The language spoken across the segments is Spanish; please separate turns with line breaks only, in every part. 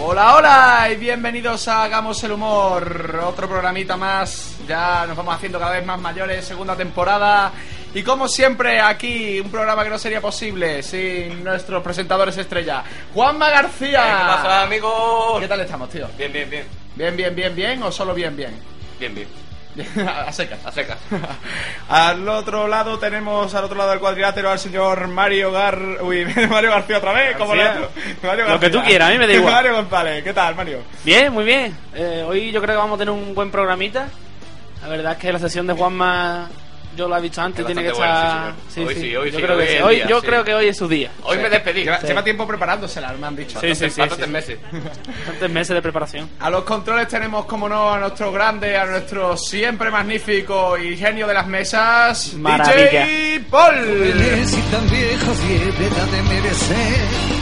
Hola, hola y bienvenidos a Hagamos el Humor, otro programita más, ya nos vamos haciendo cada vez más mayores, segunda temporada y como siempre aquí un programa que no sería posible sin nuestros presentadores estrella, Juanma García.
¿Qué pasa, amigos?
¿Qué tal estamos, tío?
Bien, bien, bien.
¿Bien, bien, bien, bien o solo bien, bien?
Bien, bien.
a secas.
A secas.
al otro lado tenemos al otro lado del cuadrilátero al señor Mario Gar... Uy, Mario García otra vez, como
García.
lo- Mario
Lo que
García.
tú quieras, a mí me da igual.
Mario González, ¿qué tal, Mario?
Bien, muy bien. Eh, hoy yo creo que vamos a tener un buen programita. La verdad es que la sesión de Juanma yo la he visto antes,
Es
tiene que estar.
bastante buena, sí, señor. Hoy sí, hoy
yo
sí,
creo
hoy
que sí.
es
Hoy,
día,
yo
sí.
creo que hoy es su día.
Hoy me despedí.
Lleva,
Sí.
lleva tiempo preparándosela, me han dicho.
Sí, sí, sí,
Bastantes
sí.
meses.
Tantos meses de preparación.
A los controles tenemos, como no, a nuestro grande, a nuestro siempre magnífico y genio de las mesas,
Maravilla.
DJ Paul.
Eres y tan viejo fiebre de merecer.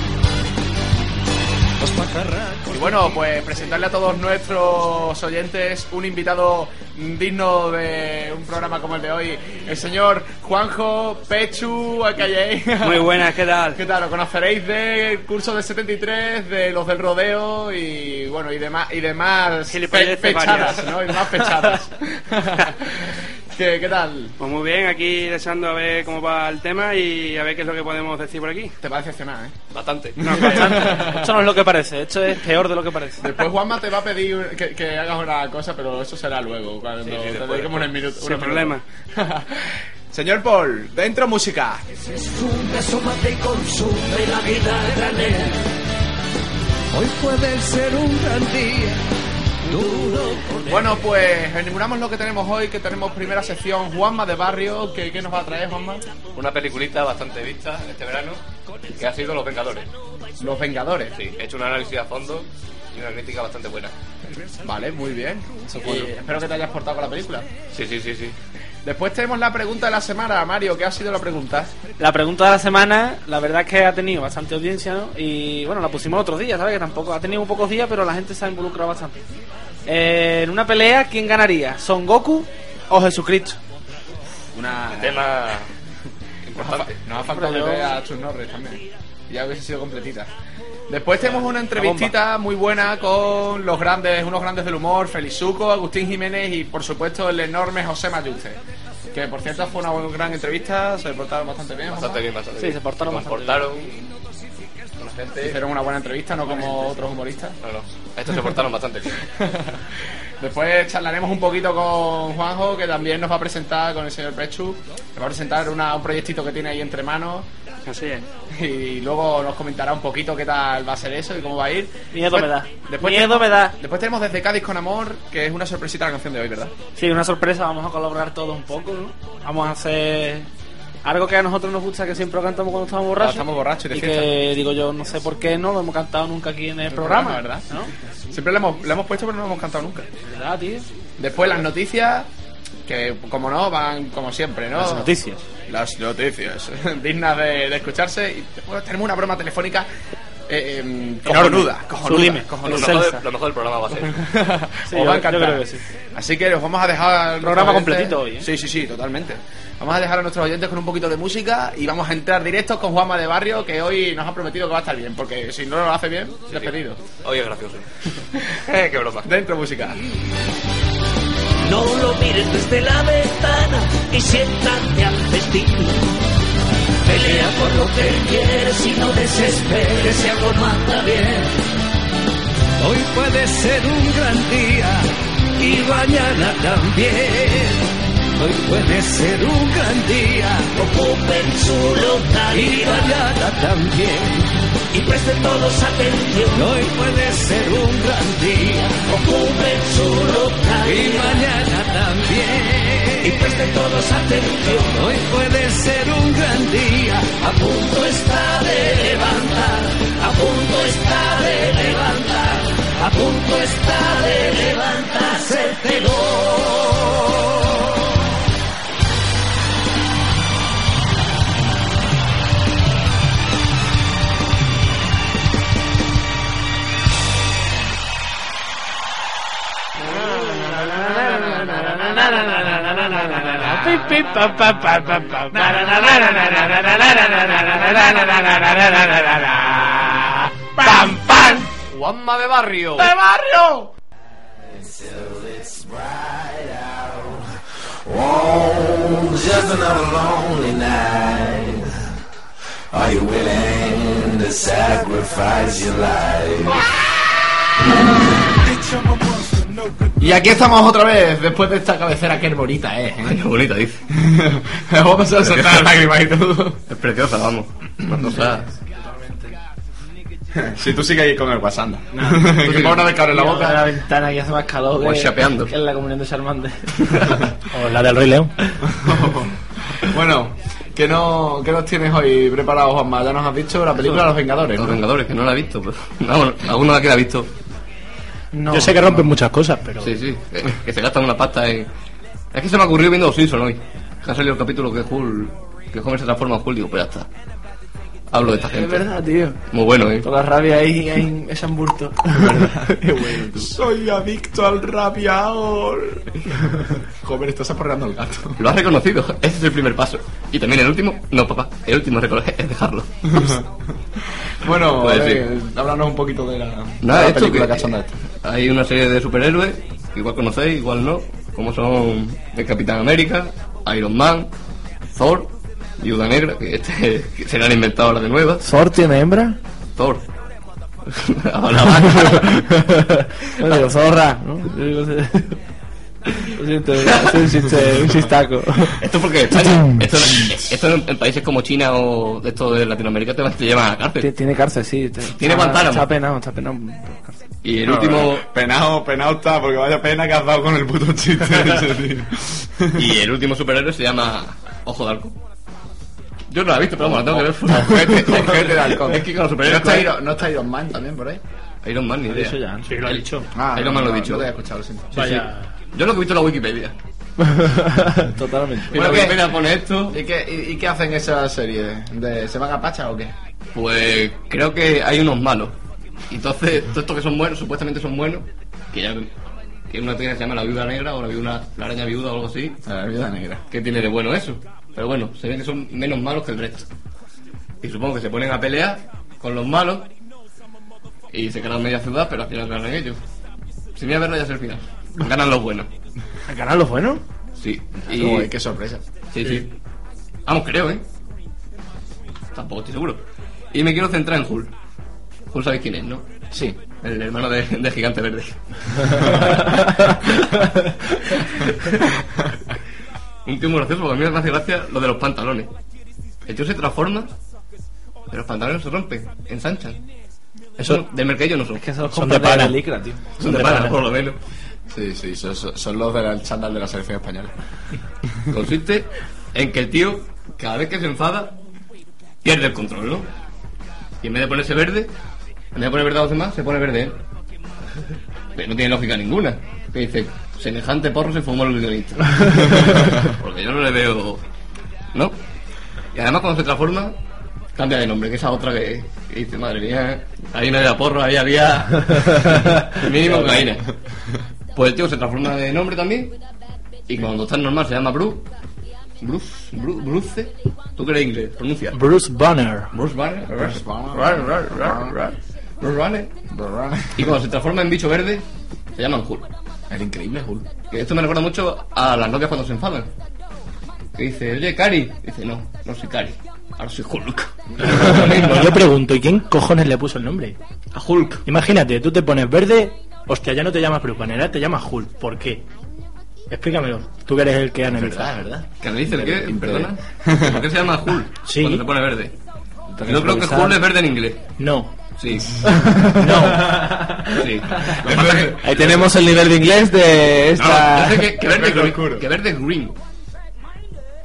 Los pajarracos.
Y bueno, pues presentarle a todos nuestros oyentes un invitado digno de un programa como el de hoy, el señor Juanjo Pechu Acayei.
Muy buenas, ¿qué tal?
¿Qué tal? Lo conoceréis del curso del 73, de los del rodeo y bueno, y demás, y demás
Gilipolleces
fechadas,
varias.
¿no? Y demás fechadas. ¿Qué, ¿Qué tal?
Pues muy bien, aquí deseando a ver cómo va el tema y a ver qué es lo que podemos decir por aquí.
Te va a decepcionar, ¿eh?
Bastante.
Bastante. Esto no es lo que parece, esto es peor de lo que parece.
Después Juanma te va a pedir que, que hagas una cosa, pero eso será luego, cuando
sí,
te
después,
dediquemos unos minutos.
Sin
unos
problema.
minutos. Señor Paul, dentro música.
Es una soma te consume la vida granel. Hoy puede ser un gran día. Duro por
Bueno, pues enumeramos lo que tenemos hoy, que tenemos primera sección Juanma de Barrio, que, ¿qué nos va a traer Juanma?
Una peliculita bastante vista este verano que ha sido Los Vengadores.
Los Vengadores.
Sí, he hecho un análisis a fondo y una crítica bastante buena.
Vale, muy bien. Y espero que te hayas portado con la película.
Sí, sí, sí, sí.
Después tenemos la pregunta de la semana, Mario, ¿qué ha sido la pregunta?
La pregunta de la semana, la verdad es que ha tenido bastante audiencia, ¿no? Y bueno, la pusimos otros días, ¿sabes? Que tampoco ha tenido pocos días, pero la gente se ha involucrado bastante. Eh, en una pelea, ¿quién ganaría? ¿Son Goku o Jesucristo?
Una...
Tema
Nos ha, fa-
importante.
nos ha faltado
Hombre, yo-
meter a Chus Norris también. Ya hubiese sido completita. Después tenemos una entrevistita muy buena con los grandes, unos grandes del humor, Felizuco, Agustín Jiménez y por supuesto el enorme José Mayuste. Que por cierto fue una gran entrevista, se portaron bastante bien.
Bastante
Juanma.
bien, bastante
Sí,
bien.
se portaron bastante
comportaron con la gente.
Hicieron una buena entrevista, no como otros humoristas.
No, no. Estos se portaron bastante bien.
Después charlaremos un poquito con Juanjo, que también nos va a presentar con el señor Pechu. Nos va a presentar una- un proyectito que tiene ahí entre manos.
Así es.
Y luego nos comentará un poquito qué tal va a ser eso y cómo va a ir.
Miedo me da.
te-
Miedo me da.
Después tenemos Desde Cádiz con Amor, que es una sorpresita la canción de hoy, ¿verdad?
Sí, una sorpresa, vamos a colaborar todos un poco, ¿no? Vamos a hacer algo que a nosotros nos gusta, que siempre lo cantamos cuando estamos borrachos.
Cuando estamos borrachos y de fiesta.
que, digo yo, no sé por qué no lo hemos cantado nunca aquí en el, programa,
programa, ¿verdad?
¿No?
Siempre la hemos, la hemos puesto, pero no la hemos cantado nunca.
¿Verdad, tío?
Después las noticias, que como no, van como siempre, ¿no?
Las noticias.
Las noticias, dignas de, de escucharse. Y después tenemos una broma telefónica eh, eh, cojonuda, cojonuda,
Sublime.
cojonuda.
Lo mejor, de- lo mejor del programa va a ser.
Sí,
Os
yo-
va a
yo
encantar.
creo que sí.
Así que os vamos a dejar. a
Programa
nuestros oyentes-
completito hoy, ¿eh?
Sí, sí, sí, totalmente. Vamos a dejar a nuestros oyentes con un poquito de música y vamos a entrar directos con Juanma de Barrio, que hoy nos ha prometido que va a estar bien, porque si no lo hace bien, despedido.
Oye, gracioso. Eh, Qué broma.
Dentro música.
No lo mires desde la ventana y siéntate al destino. Pelea por lo que quieres y no desesperes si algo no anda bien.
Hoy puede ser un gran día y mañana también. Hoy puede ser un gran día
Ocupen su
y
localidad
mañana también.
y presten todos atención.
Hoy puede ser un gran día
Ocupen su
y
localidad
mañana
y
también.
presten todos atención.
Hoy puede ser un gran día.
A punto está de levantar, a punto está de levantar, a punto está de levantarse el telón.
¡Pam, pam!
Juanma de Barrio.
barrio!
Oh, just another lonely night. Are you willing to sacrifice your life?
Y aquí estamos otra vez, después de esta cabecera que es bonita, eh.
Qué bonita, dice.
vamos a soltar las lágrimas y todo.
Es preciosa, vamos. Cuando sea. Si tú sigues ahí con el WhatsApp. que pone una vez que abre la
Mira,
boca.
la ventana que hace más calor que,
O chapeando.
que en la comunión de Charmander.
O la del Rey León.
bueno, ¿qué, no, ¿qué nos tienes hoy preparado, Juanma? Ya nos has dicho la película Los Vengadores.
Los
¿no?
Vengadores, que no la he visto. Pero... No, bueno, alguna la que la ha visto.
No.
Yo sé que rompen muchas cosas, pero.
Sí, sí. Que, que se gastan una pasta en. Es que se me ha ocurrido viendo los Simpsons hoy. Que ha salido el capítulo que Hulk. Que Homer se transforma en Hulk. Digo, pues ya está. Hablo de esta gente.
Es verdad, tío.
Muy bueno, ¿eh?
Toda rabia ahí, ahí en ese hamburto.
Soy adicto al rabiador. Joder, estás aporreando al gato.
Lo has reconocido. Ese es el primer paso. Y también el último. No, papá. El último recono- es dejarlo.
Bueno,
Pues
a ver, háblanos un poquito de la,
Nada,
de la
esto
película
que-
cachonda esta.
Hay una serie de superhéroes, igual conocéis, igual no, como son el Capitán América, Iron Man, Thor, Viuda Negra, que, este, que se la han inventado ahora de nuevas,
¿Thor tiene hembra?
Thor. Ahora va.
Yo digo, zorra, ¿no? Yo digo, sí. Lo siento, es un chiste, un chistaco.
Esto porque en España, esto, esto en, en países como China o de esto de Latinoamérica te, van- te llevan a la
Ti-
cárcel.
Tiene cárcel, sí. te-
Tiene
ah,
Guantánamo.
Está penado, está penado.
Y el último,
Penao, penao está, porque vaya pena que has dado con el puto chiste ese, tío.
y el último superhéroe se llama Ojo de Halcón. Yo no la he visto, pero vamos, la tengo que ver.
Ojete- ojete este, de halcón.
Es que con los
¿No
superhéroes.
está, Iron, ¿No está Iron Man también por ahí?
Iron Man, ni idea.
Sí, lo ha dicho.
Ahí lo
Ah, no,
mal lo
no,
dicho.
No te había escuchado, lo siento.
Vaya.
Yo lo que he visto en la Wikipedia.
Totalmente.
Y la
que-
Wikipedia pone esto,
¿Y qué, y, y qué hacen esa serie? ¿De, ¿Se van a Pacha o qué?
pues creo que hay unos malos. Y Entonces, todos estos que son buenos, supuestamente son buenos, que ya que una tiene que se llama la viuda negra o la, viuda, la araña viuda o algo así.
La vida negra.
¿Qué tiene de bueno eso? Pero bueno, se ve que son menos malos que el resto. Y supongo que se ponen a pelear con los malos y se quedan media ciudad, pero al final ganan ellos. Sin ir a verlo ya es el final. Ganan los buenos.
¿Ganan los buenos?
Sí. Y-
Uy, qué sorpresa.
Sí, sí. Vamos, creo, ¿eh? Tampoco estoy seguro. Y me quiero centrar en Hulk. Hulk sabéis quién es, ¿no?
Sí.
El hermano de, de Gigante Verde. Un tío muy gracioso, porque a mí me hace gracia lo de los pantalones. El tío se transforma, pero los pantalones se rompen, ensanchan. Eso del mercadillo no son.
que eso es
Son de
comprar
pana.
la licra, tío.
son de pana, por lo menos.
Sí, sí, son, son- son los del chándal de la selección española.
Consiste en que el tío, cada vez que se enfada, pierde el control, ¿no? Y en vez de ponerse verde, en vez de poner verde a los demás, se pone verde él. Pero no tiene lógica ninguna. Que dice, semejante porro se fumó el guionista. Porque yo no le veo... ¿No? Y además cuando se transforma, Cambia de nombre, que esa otra que, que dice, madre mía, ahí no había porro, ahí había mínimo cocaína. Pues el tío se transforma de nombre también y cuando está normal se llama Bruce. Bruce, Bruce, Bruce, tú que eres inglés, pronuncia.
Bruce Banner.
Bruce Banner. Bruce Banner. Bruce Banner. Y cuando se transforma en bicho verde, se llaman Hulk.
Es increíble Hulk.
Que esto me recuerda mucho a las novias cuando se enfadan. Que dice, oye, Cari. Dice, no, no soy Cari. Ahora soy Hulk.
Yo pregunto, ¿y quién cojones le puso el nombre?
A Hulk.
Imagínate, tú te pones verde, hostia, ya no te llamas Bruce Banner, ahora te llamas Hulk. ¿Por qué? Explícamelo. Tú que eres el que analiza.
verdad, eh, ¿Que analice el qué? ¿Perdona? ¿Por qué se llama Hulk?
Sí.
Cuando se pone verde. Yo creo que Hulk es verde en inglés.
No.
Sí.
No.
Sí.
Ahí tenemos el nivel de inglés de
No,
Eh, esta.
yo sé que, que verde, es gre- que verde es green.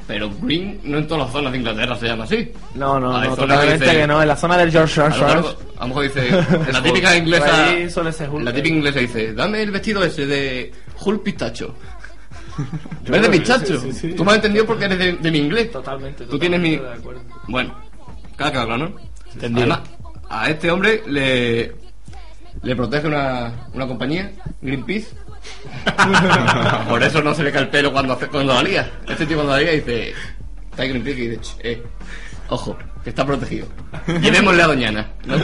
Pero green no en todas las zonas de Inglaterra se llama así.
No, no,
Hay
no,
zonas que
totalmente
dicen-
que no. En la zona del George
A lo,
Shore.
largo- a lo mejor dice, en la típica inglesa,
Ahí suele ser Hulk.
la típica inglesa dice, dame el vestido ese de Hulk pistacho.
Yo
¿Verde
creo que
pistacho?
sí, sí, sí.
Tú me has entendido porque eres de, de mi inglés.
Totalmente.
Tú tienes mi...
totalmente de acuerdo.
Bueno, cada cada ¿no?
Entendido.
Además, a este hombre le, le protege una, una compañía, Greenpeace. Por eso no se le cae el pelo cuando, hace- cuando la lía. Este tío cuando la lía dice, está Greenpeace y dice, "Ch, eh, ojo, que está protegido. Llevémosle a Doñana. ¿no?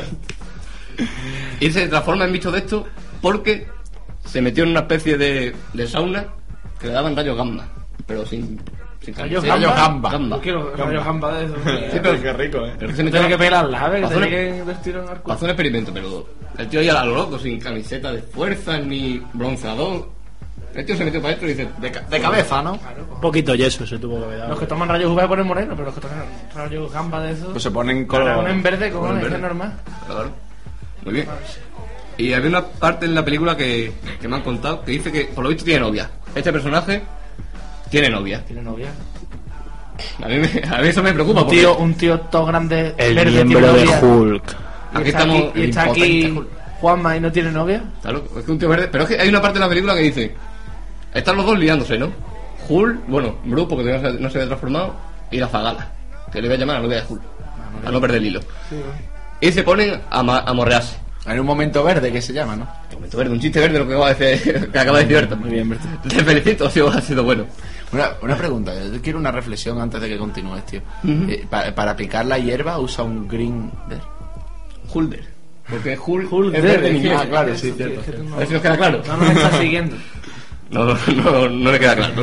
Y se transforma en bicho de esto porque se metió en una especie de, de sauna que le daban rayos gamma, pero sin... sin
Rayos
sin-
gamma.
Gamma.
Yo quiero rayos gamba
Ah,
de eso.
Sí, pero-
Qué rico, eh.
pero que se metió
Tiene que pelarla, a ver, que
Pasó
te
una-
lleguen del tirón al culo.
Pasó un experimento, pero el tío ya a lo loco, sin camiseta de fuerza ni bronzador. El tío se metió para adentro y dice, de, ca- de cabeza, ¿no?
Un poquito yeso se tuvo que
Los
dar.
que toman rayos UV se ponen moreno, pero los que toman rayos gamba de eso.
Pues se ponen
se
color.
ponen verde,
ponen
cojones, que
verde.
es normal.
Claro. Muy bien. Y había una parte en la película que, que me han contado que dice que, por lo visto, tiene novia. Este personaje tiene novia.
Tiene novia.
A mí, me- a mí eso me preocupa
Un
porque
tío, un tío todo grande,
El
verde,
miembro
tiene
de
novia.
Hulk.
Y
aquí
está
estamos...
aquí- y está
impotentes,
aquí
Julio.
Juanma y no tiene novia.
Está loco, es que un tío verde. Pero es que hay una parte de la película que dice: Están los dos liándose, ¿no? Hulk, bueno, Bruce, porque todavía no se- no se había transformado, y la Fagala, que le voy a llamar a la novia de Hulk, a no perder el hilo. Y se ponen a, ma- a morrearse.
En un momento verde que se llama, ¿no?
Un momento verde, un chiste verde lo que, acaba de decir- que acaba de decir Berta.
Muy bien, Berto.
Te felicito, ha sido, ha sido bueno.
Una, una pregunta, eh, yo quiero una reflexión antes de que continúes, tío. Eh, pa- para picar la hierba usa un green.
Hulder. Porque Hulk,
Hulder,
es verde en
sí,
inglés.
ah, claro, sí, cierto.
A ver si nos queda claro.
No nos está siguiendo.
No, no, no le queda claro. ¿no?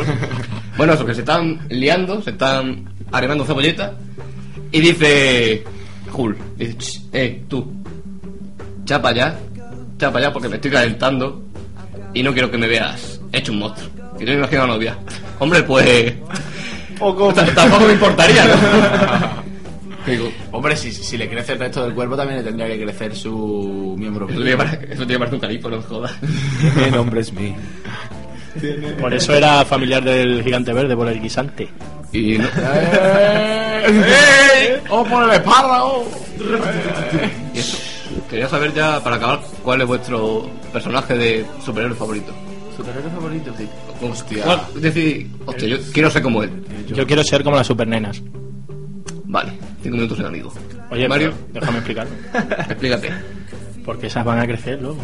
Bueno, eso, que se están liando, se están arreglando cebolletas. Y dice. Jul, dice, "Ch, eh, tú, chapa ya, chapa ya porque me estoy calentando y no quiero que me veas hecho un monstruo. Y no me imagino a la novia. Hombre, pues.
Poco.
t- Tampoco me importaría, ¿no? Digo,
Hombre, si, si le crece el resto del cuerpo también le tendría que crecer su miembro.
eso te parece eso te parece un calipo, no me jodas.
Mi nombre es mí. Por eso era familiar del gigante verde, por el guisante.
Y no-
¡Eh! ¡Oh, por el espárrago!
Y eso, quería saber ya, para acabar, cuál es vuestro personaje de superhéroe favorito.
¿Superhéroe favorito? Sí.
Hostia.
¿Cuál? Decir, hostia, yo quiero ser como él.
Yo quiero ser como las supernenas.
Vale, cinco minutos en amigo.
Oye,
Mario,
pero déjame explicarlo.
explícate.
Porque esas van a crecer luego.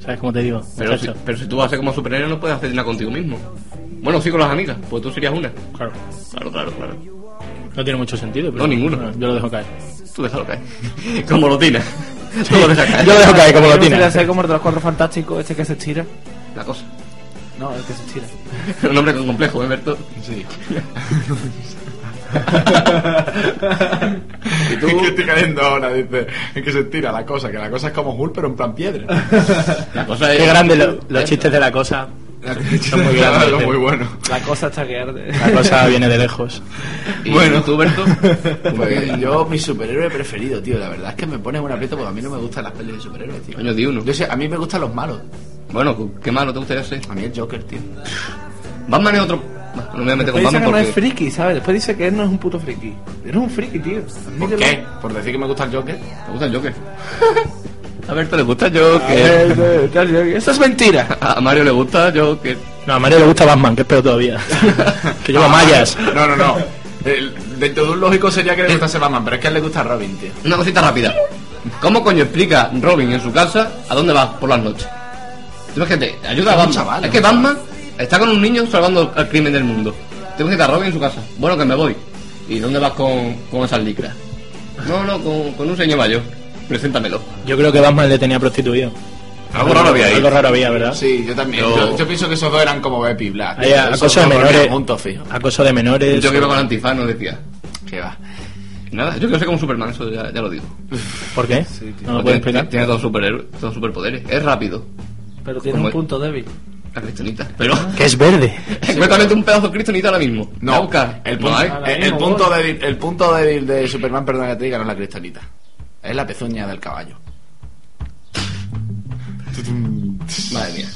¿Sabes cómo te digo?
Pero si,
Muchacho.
pero si tú vas a ser como superhéroe, no puedes hacer nada contigo mismo. Bueno, sí con las amigas, pues tú serías una.
Claro.
Claro, claro, claro.
No tiene mucho sentido. Pero
No, ninguno.
bueno, yo lo dejo caer.
Tú déjalo caer. Como lo tienes. Tú lo dejas caer.
Yo lo dejo caer como
Yo
lo
me gustaría
tiene.
ser como el de los cuatro fantásticos, este que se estira.
La cosa.
No, el que se estira.
Un hombre con complejo, ¿eh, Berto?
Sí.
¿Y tú?
¿Qué estoy cayendo ahora? Dice, es que se tira la cosa, que la cosa es como Hulk, pero en plan piedra.
La cosa es...
Qué grande lo- los chistes de la cosa. Son muy grandes.
Claro, muy bueno.
La cosa está que arde.
La cosa viene de lejos.
¿Y
Bueno.
tú, Berto?
Pues yo, mi superhéroe preferido, tío, la verdad es que me pones un aprieto porque a mí no me gustan las pelis de superhéroes, tío.
Coño, di uno.
Yo sé, a mí me gustan los malos.
Bueno, qué malo te gustaría ser.
A mí el Joker, tío.
Batman es otro. Bah, No me voy a meter con
Después dice que
Batman
no es
porque.
friki, ¿sabes? Después dice que él no es un puto friki. Eres un friki, tío.
¿Por
Admítelo.
qué? ¿Por decir que me gusta el Joker?
¿Te gusta el Joker? A Berto le gusta Joker.
Eh, eh, eh, Eso es mentira.
A Mario le gusta Joker.
No, a Mario le gusta Batman, que espero todavía. que lleva mallas.
No, no, no. El- Dentro de un lógico sería que le gustase Batman, pero es que a él le gusta Robin, tío.
Una cosita rápida. ¿Cómo coño explica Robin en su casa a dónde va por las noches? Tú Imagínate, ayuda a
Es un
Batman.
chaval,
es
es
que
un
Batman está con un niño salvando al crimen del mundo. Te que a Robin en su casa. Bueno, que me voy. ¿Y dónde vas con, con esas licras? No, no, con, con un señor mayor. Preséntamelo.
Yo creo que Batman le tenía prostituido.
Algo raro había ahí.
Algo raro había, ¿verdad?
Sí, yo también.
Yo-
Yo, yo pienso que esos dos eran como Bepi y Black.
Ahí, a-
Esos
acoso de
dos dormían
menores.
juntos, fijo.
Ah,
Acoso de menores.
Yo que iba con antifano, decía.
Que va.
Nada, yo quiero ser como Superman, eso ya, ya lo digo.
¿Por qué? ¿No lo puedes
Porque
explicar?
Tiene todos superhéroes, todos superpoderes. Es rápido.
Pero tiene
Como
un
es.
punto débil.
La cristonita. Pero
Ah.
Ah.
Que es verde.
es completamente un pedazo de cristonita ahora mismo.
No,
La boca.
El,
No
punto, eh,
eh, hay.
el, el punto débil, el punto débil de Superman, perdona que te diga, no es la cristalita. Es la pezuña del caballo.
Madre mía.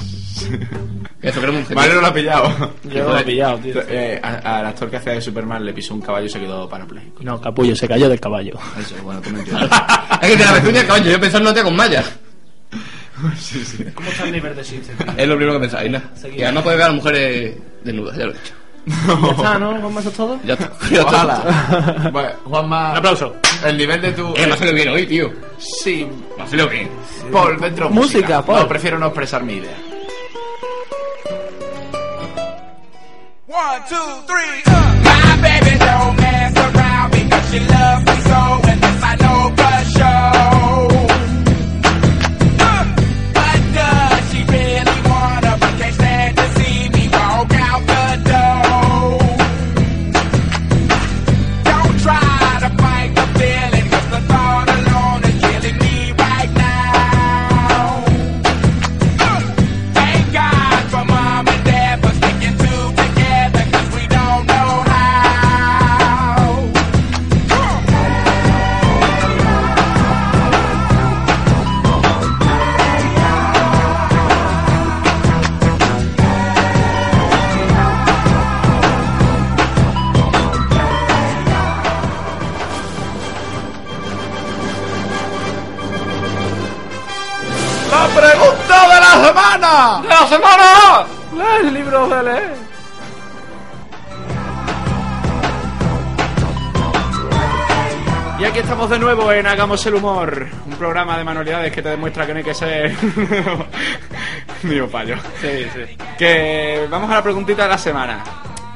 Eso creo que es un
Vale,
genio.
no lo ha pillado.
Yo no lo he pillado, tío.
Eh, a- al actor que hace de Superman le pisó un caballo y se quedó parapléjico.
No, capullo, se cayó del caballo.
Eso, bueno, tú me entiendes.
Es Ah, que tiene la pezuña, caballo. Yo pensaba no te con malla.
¿Cómo está el nivel de chiste, tío?
Es lo primero que pensáis, nada.
Seguimos.
Y además puede ver a las mujeres desnudas, ya lo he dicho.
Ya está, ¿no? ¿Vamos a hacer todo?
Ya está. Ya está.
Ojalá. Bueno, Juanma.
Un aplauso.
El nivel de tu.
Eh, me ha salido bien hoy, tío.
Sí,
Me ha salido bien.
Paul, dentro
Música,
música.
Paul.
No, prefiero no expresar mi idea.
One, two, three, uh. My baby don't mess around because she loves me so, and this I know for sure. Uh. But does she really wanna, but can't stand to see me walk out the door. Don't try to fight the feeling, 'cause the thought alone is killing me right now. Thank God for mom and dad for sticking two together cause we don't know how.
¡La pregunta de la semana!
¡La semana! ¡El libro de leer!
Y aquí estamos de nuevo en Hagamos el Humor, un programa de manualidades que te demuestra que no hay que ser. Mío payo.
Sí, sí.
Que vamos a la preguntita de la semana.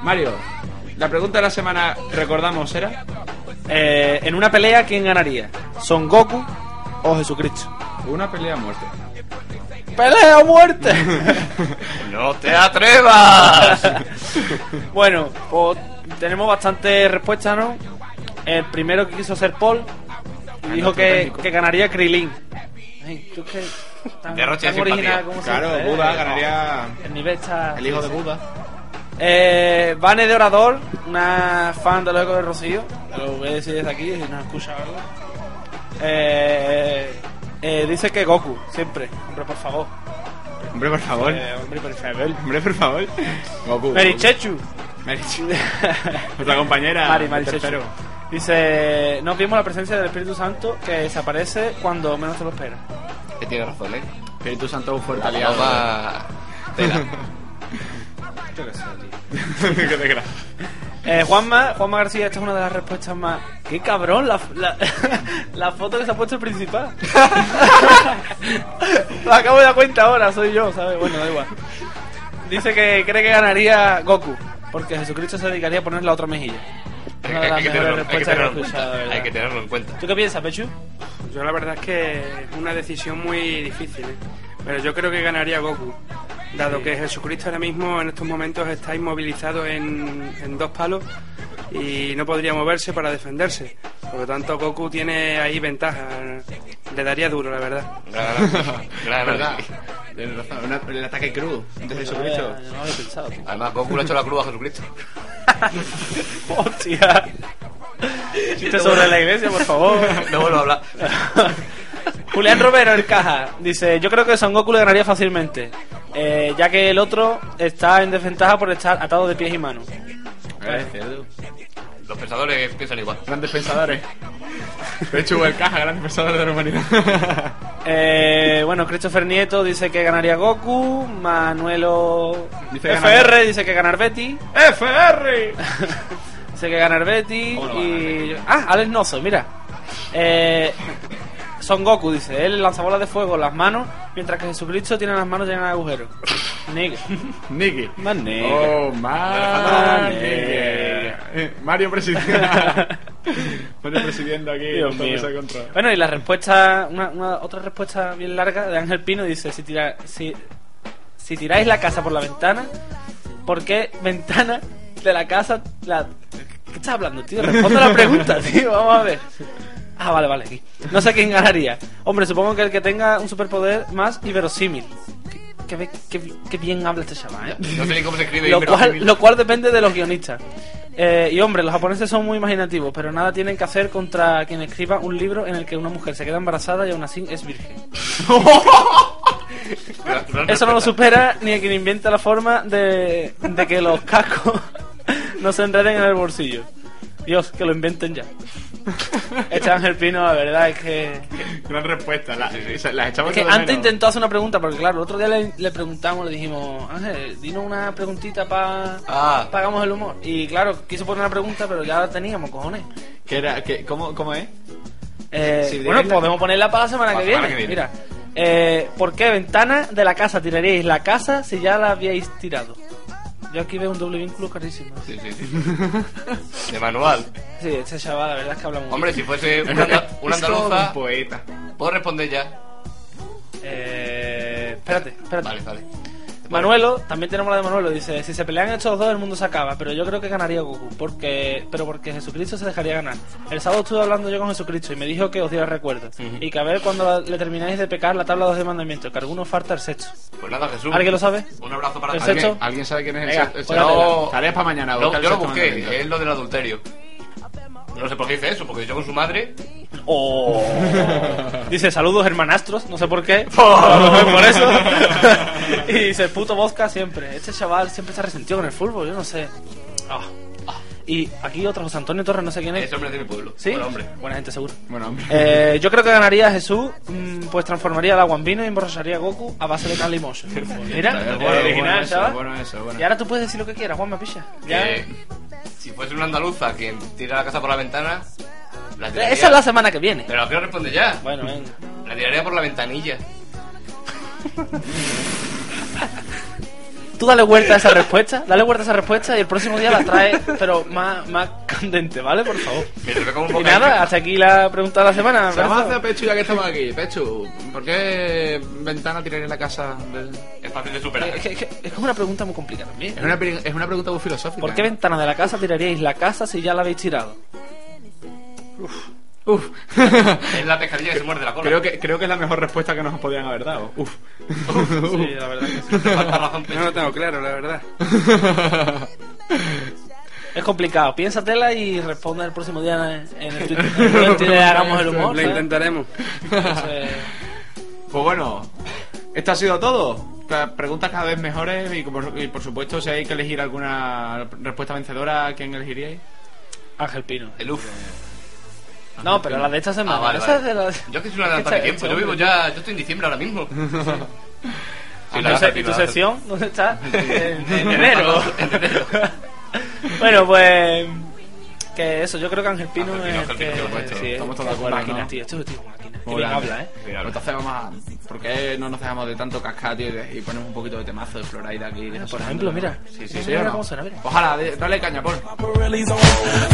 Mario, la pregunta de la semana, recordamos, era.
Eh, en una pelea, ¿quién ganaría? ¿Son Goku o Jesucristo?
Una pelea a muerte.
¡Pelea a muerte!
¡No te atrevas!
bueno, pues tenemos bastantes respuestas, ¿no? El primero que quiso ser Paul y dijo
nuestro
que,
Ah, técnico.
que ganaría Krilin. Ay, tú que tan-
Derroche de
tan original
simpatía.
como
Claro,
siempre, ¿eh?
Buda ganaría.
El nivel está...
El hijo de Buda.
Eh, Vane de Orador, una fan de los Ecos de Rocío, lo voy a decir desde aquí, si no escucha algo. Eh, eh, dice que Goku, siempre, hombre, por favor.
Hombre, por favor.
Eh, hombre, por favor.
Hombre, por favor. Goku.
Merichechu.
Merichechu. Nuestra compañera.
Mari,
el
Mari Chechu.
tercero.
Dice, nos vimos la presencia del Espíritu Santo que desaparece cuando menos te lo espera.
Que tiene razón, eh.
Espíritu Santo es un fuerte
La
aliado.
paloma tela.
Qué desgracia.
Eh, Juanma, Juanma García, esta es una de las respuestas más... ¡Qué cabrón! La, la- la foto que se ha puesto el principal. Lo acabo de dar cuenta ahora, soy yo, ¿sabes? Bueno, da igual. Dice que cree que ganaría Goku, porque Jesucristo se dedicaría a poner la otra mejilla.
Hay,
Una de
hay
las
que
mejores
tenerlo, hay que
respuestas que he
tenerlo en
escuchado, de
cuenta. Hay
verdad.
que tenerlo en cuenta.
¿Tú qué piensas, Pechu?
Yo la verdad es que es una decisión muy difícil, ¿eh? pero yo creo que ganaría Goku, dado que Jesucristo ahora mismo en estos momentos está inmovilizado en, en dos palos y no podría moverse para defenderse. Por lo tanto, Goku tiene ahí ventaja. Le daría duro, la verdad.
Gran gran
verdad.
análisis.
Tienes razón, una- el ataque crudo de
Yo
Jesucristo.
Pues, eh, no lo había pensado. tío.
Además, Goku le ha hecho la cruz a Jesucristo.
¡Hostia! Chiste sobre la iglesia, por favor.
No vuelvo a hablar.
Julián Romero en caja dice: Yo creo que Son Goku le ganaría fácilmente, eh, ya que el otro está en desventaja por estar atado de pies y manos.
Eh. Los pensadores piensan igual.
Grandes pensadores. De hecho, el caja, grandes pensadores de la humanidad.
Eh, bueno, Christopher Nieto dice que ganaría Goku, Manuelo
Dice que
FR
ganar-
dice que ganar Betty,
¡FR!
Sé que gana el Betty. y... Ah, Alex Nozo, mira. Eh, Son Goku dice: Él lanza bolas de fuego en las manos, mientras que Jesucristo tiene las manos llenas de agujeros. Nigga.
Nigga.
Más nigga.
Oh, más Mario Presidente. Mario Presidente aquí.
Dios
todo
mío.
ese control.
Bueno, y la respuesta, una, una- otra respuesta bien larga de Ángel Pino dice, si, tira, si, si tiráis la casa por la ventana, ¿por qué ventana de la casa... La... ¿Qué estás hablando, tío? Responde la pregunta, tío, vamos a ver. Ah, vale, vale, aquí. No sé quién ganaría. Hombre, supongo que el que tenga un superpoder más iverosímil. Qué, qué- qué- qué bien habla este chaval, ¿eh?
No sé ni cómo se escribe
lo
iverosímil.
cual, lo cual depende de los guionistas. Eh, y hombre, los japoneses son muy imaginativos, pero nada tienen que hacer contra quien escriba un libro en el que una mujer se queda embarazada y aún así es virgen. Eso no lo supera ni a quien inventa la forma de, de que los cascos no se enreden en el bolsillo. Dios, que lo inventen ya. Este Ángel Pino, la verdad es que...
Gran respuesta. la- esa- las echamos
Es que
todas de
antes
menos.
intentó hacer una pregunta, porque claro, el otro día le, le preguntamos, le dijimos, Ángel, dinos una preguntita para
Ah.
pagamos el humor. Y claro, quiso poner una pregunta, pero ya la teníamos, cojones.
¿Qué era? ¿Qué- cómo, ¿Cómo es?
Eh,
Si
bueno,
diréis la-
podemos ponerla para la semana,
Para
que,
la semana
viene.
que
Mira, eh, ¿por qué ventana de la casa tiraríais la casa si ya la habíais tirado? Yo aquí veo un doble vínculo carísimo.
Sí, sí, sí. De manual.
Sí, este chaval, la verdad es que habla muy
Hombre, si
bien.
fuese una, anda- una
Es todo
andaluza.
un
poeta.
¿Puedo responder ya?
Eh, espérate, espérate.
Vale, vale.
Manuelo, también tenemos la de Manuelo, dice, si se pelean estos dos el mundo se acaba, pero yo creo que ganaría Goku, porque, pero porque Jesucristo se dejaría ganar. El sábado estuve hablando yo con Jesucristo y me dijo que os diera recuerdo, y que a ver cuando la- le termináis de pecar la tabla de los dos mandamientos, que a algunos falta el sexto.
Pues nada, Jesús.
¿Alguien lo sabe?
Un abrazo para
¿El
ti.
sexto?
¿Alguien sabe quién es el
Venga,
sexto- el
pues
sexto?
no.
Tareas para mañana.
No,
busca el
yo lo
sexto mandamiento.
busqué, eh, es lo del adulterio. No sé por qué dice eso, porque yo con su madre.
Oh. Dice, saludos hermanastros, no sé por qué, por eso. y dice, puto vodka siempre. Este chaval siempre está resentido con el fútbol, yo no sé. Ah. Y aquí otro José Antonio Torres, no sé quién es.
Ese hombre es de mi pueblo.
¿Sí?
Buen hombre.
Buena gente, seguro.
Bueno, hombre.
Eh, yo creo que ganaría Jesús, mm, pues transformaría el agua en vino y emborracharía a Goku a base de Kali Motion. Mira,
Está bien,
eh,
bueno,
original,
bueno eso,
chaval.
bueno eso, bueno.
Y ahora tú puedes decir lo que quieras, Juan Mapilla. Ya.
Eh, si fuese una andaluza quien tira la casa por la ventana. La tiraría-
Esa es la semana que viene.
Pero quiero responder ya.
Bueno, venga.
La tiraría por la ventanilla.
Tú dale vuelta a esa respuesta, dale vuelta a esa respuesta y el próximo día la traes, pero más, más candente, ¿vale? Por favor.
Que se me como un
Y
poco.
nada, hasta aquí la pregunta de la semana.
Se vamos a
abrazo.
hacer Pechu ya que estamos aquí. Pechu, ¿por qué ventana tiraría en la casa? del-
Es fácil de superar.
Es que- es que- es que es una pregunta muy complicada también. ¿eh?
Es, una, pre- es una pregunta muy filosófica.
¿Por qué
¿eh?
ventana de la casa tiraríais la casa si ya la habéis tirado?
Uf.
Es la pescadilla que se muerde la cola.
creo, que, creo que es la mejor respuesta que nos podían haber dado. Uf.
Sí, la verdad que sí. pues.
Te falta razón,
No lo tengo claro, la verdad.
Es complicado. Piénsatela y responde el próximo día en en el Twitter. le hagamos el humor.
Lo
¿sabes?
intentaremos.
Entonces,
Pues bueno, esto ha sido todo. Las Preguntas cada vez mejores y, como- y por supuesto, si hay que elegir alguna respuesta vencedora, ¿quién elegiríais?
Ángel Pino.
El uf.
No, pero la de esta semana.
Ah, vale,
esa es
vale.
de la-
Yo que soy una adelantada de
Este-
tiempo.
este
Yo vivo
hombre.
ya. Yo estoy en diciembre ahora mismo. Ah, Sí,
¿Y
la
tu
verdad,
se- ¿Y tu
la verdad.
sección dónde está? En en
En
enero.
En enero.
Bueno, pues. Que eso, yo creo que Ángel Pino
Ángel
es.
Pino,
el
Ángel
que-
Pino, por supuesto.
sí,
Estamos todos
que
de acuerdo,
Máquina,
¿no?
tío. Este es un tío máquina. Qué
Muy
bien
grande.
habla, eh.
Sí,
Pues
habla.
Entonces vamos a... ¿Por qué no nos dejamos de tanto cascar, tío, y de- y ponemos un poquito de temazo de Florida aquí?
Por ejemplo, mira.
Sí, sí, sí.
Mira
¿o no?
cómo suena, mira.
Ojalá, de- dale caña, por.
Pirelli's on.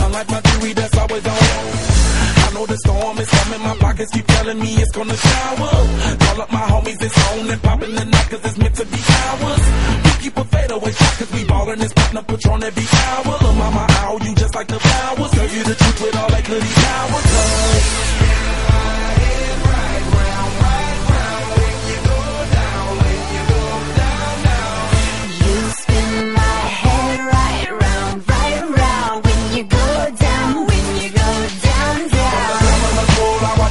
Unlike my theory that's always on. I know the storm is coming, my pockets keep telling me it's gonna shower. Call up my homies, it's on and popping the night cause it's meant to be ours. We keep a fadeaway shot cause we ballin' and spotting a patron every hour. Lil' mama, ow, you just like the flowers. Tell you the truth with all that goody power. Cause
You spin my head right round, right round when you go down, when you go down, down.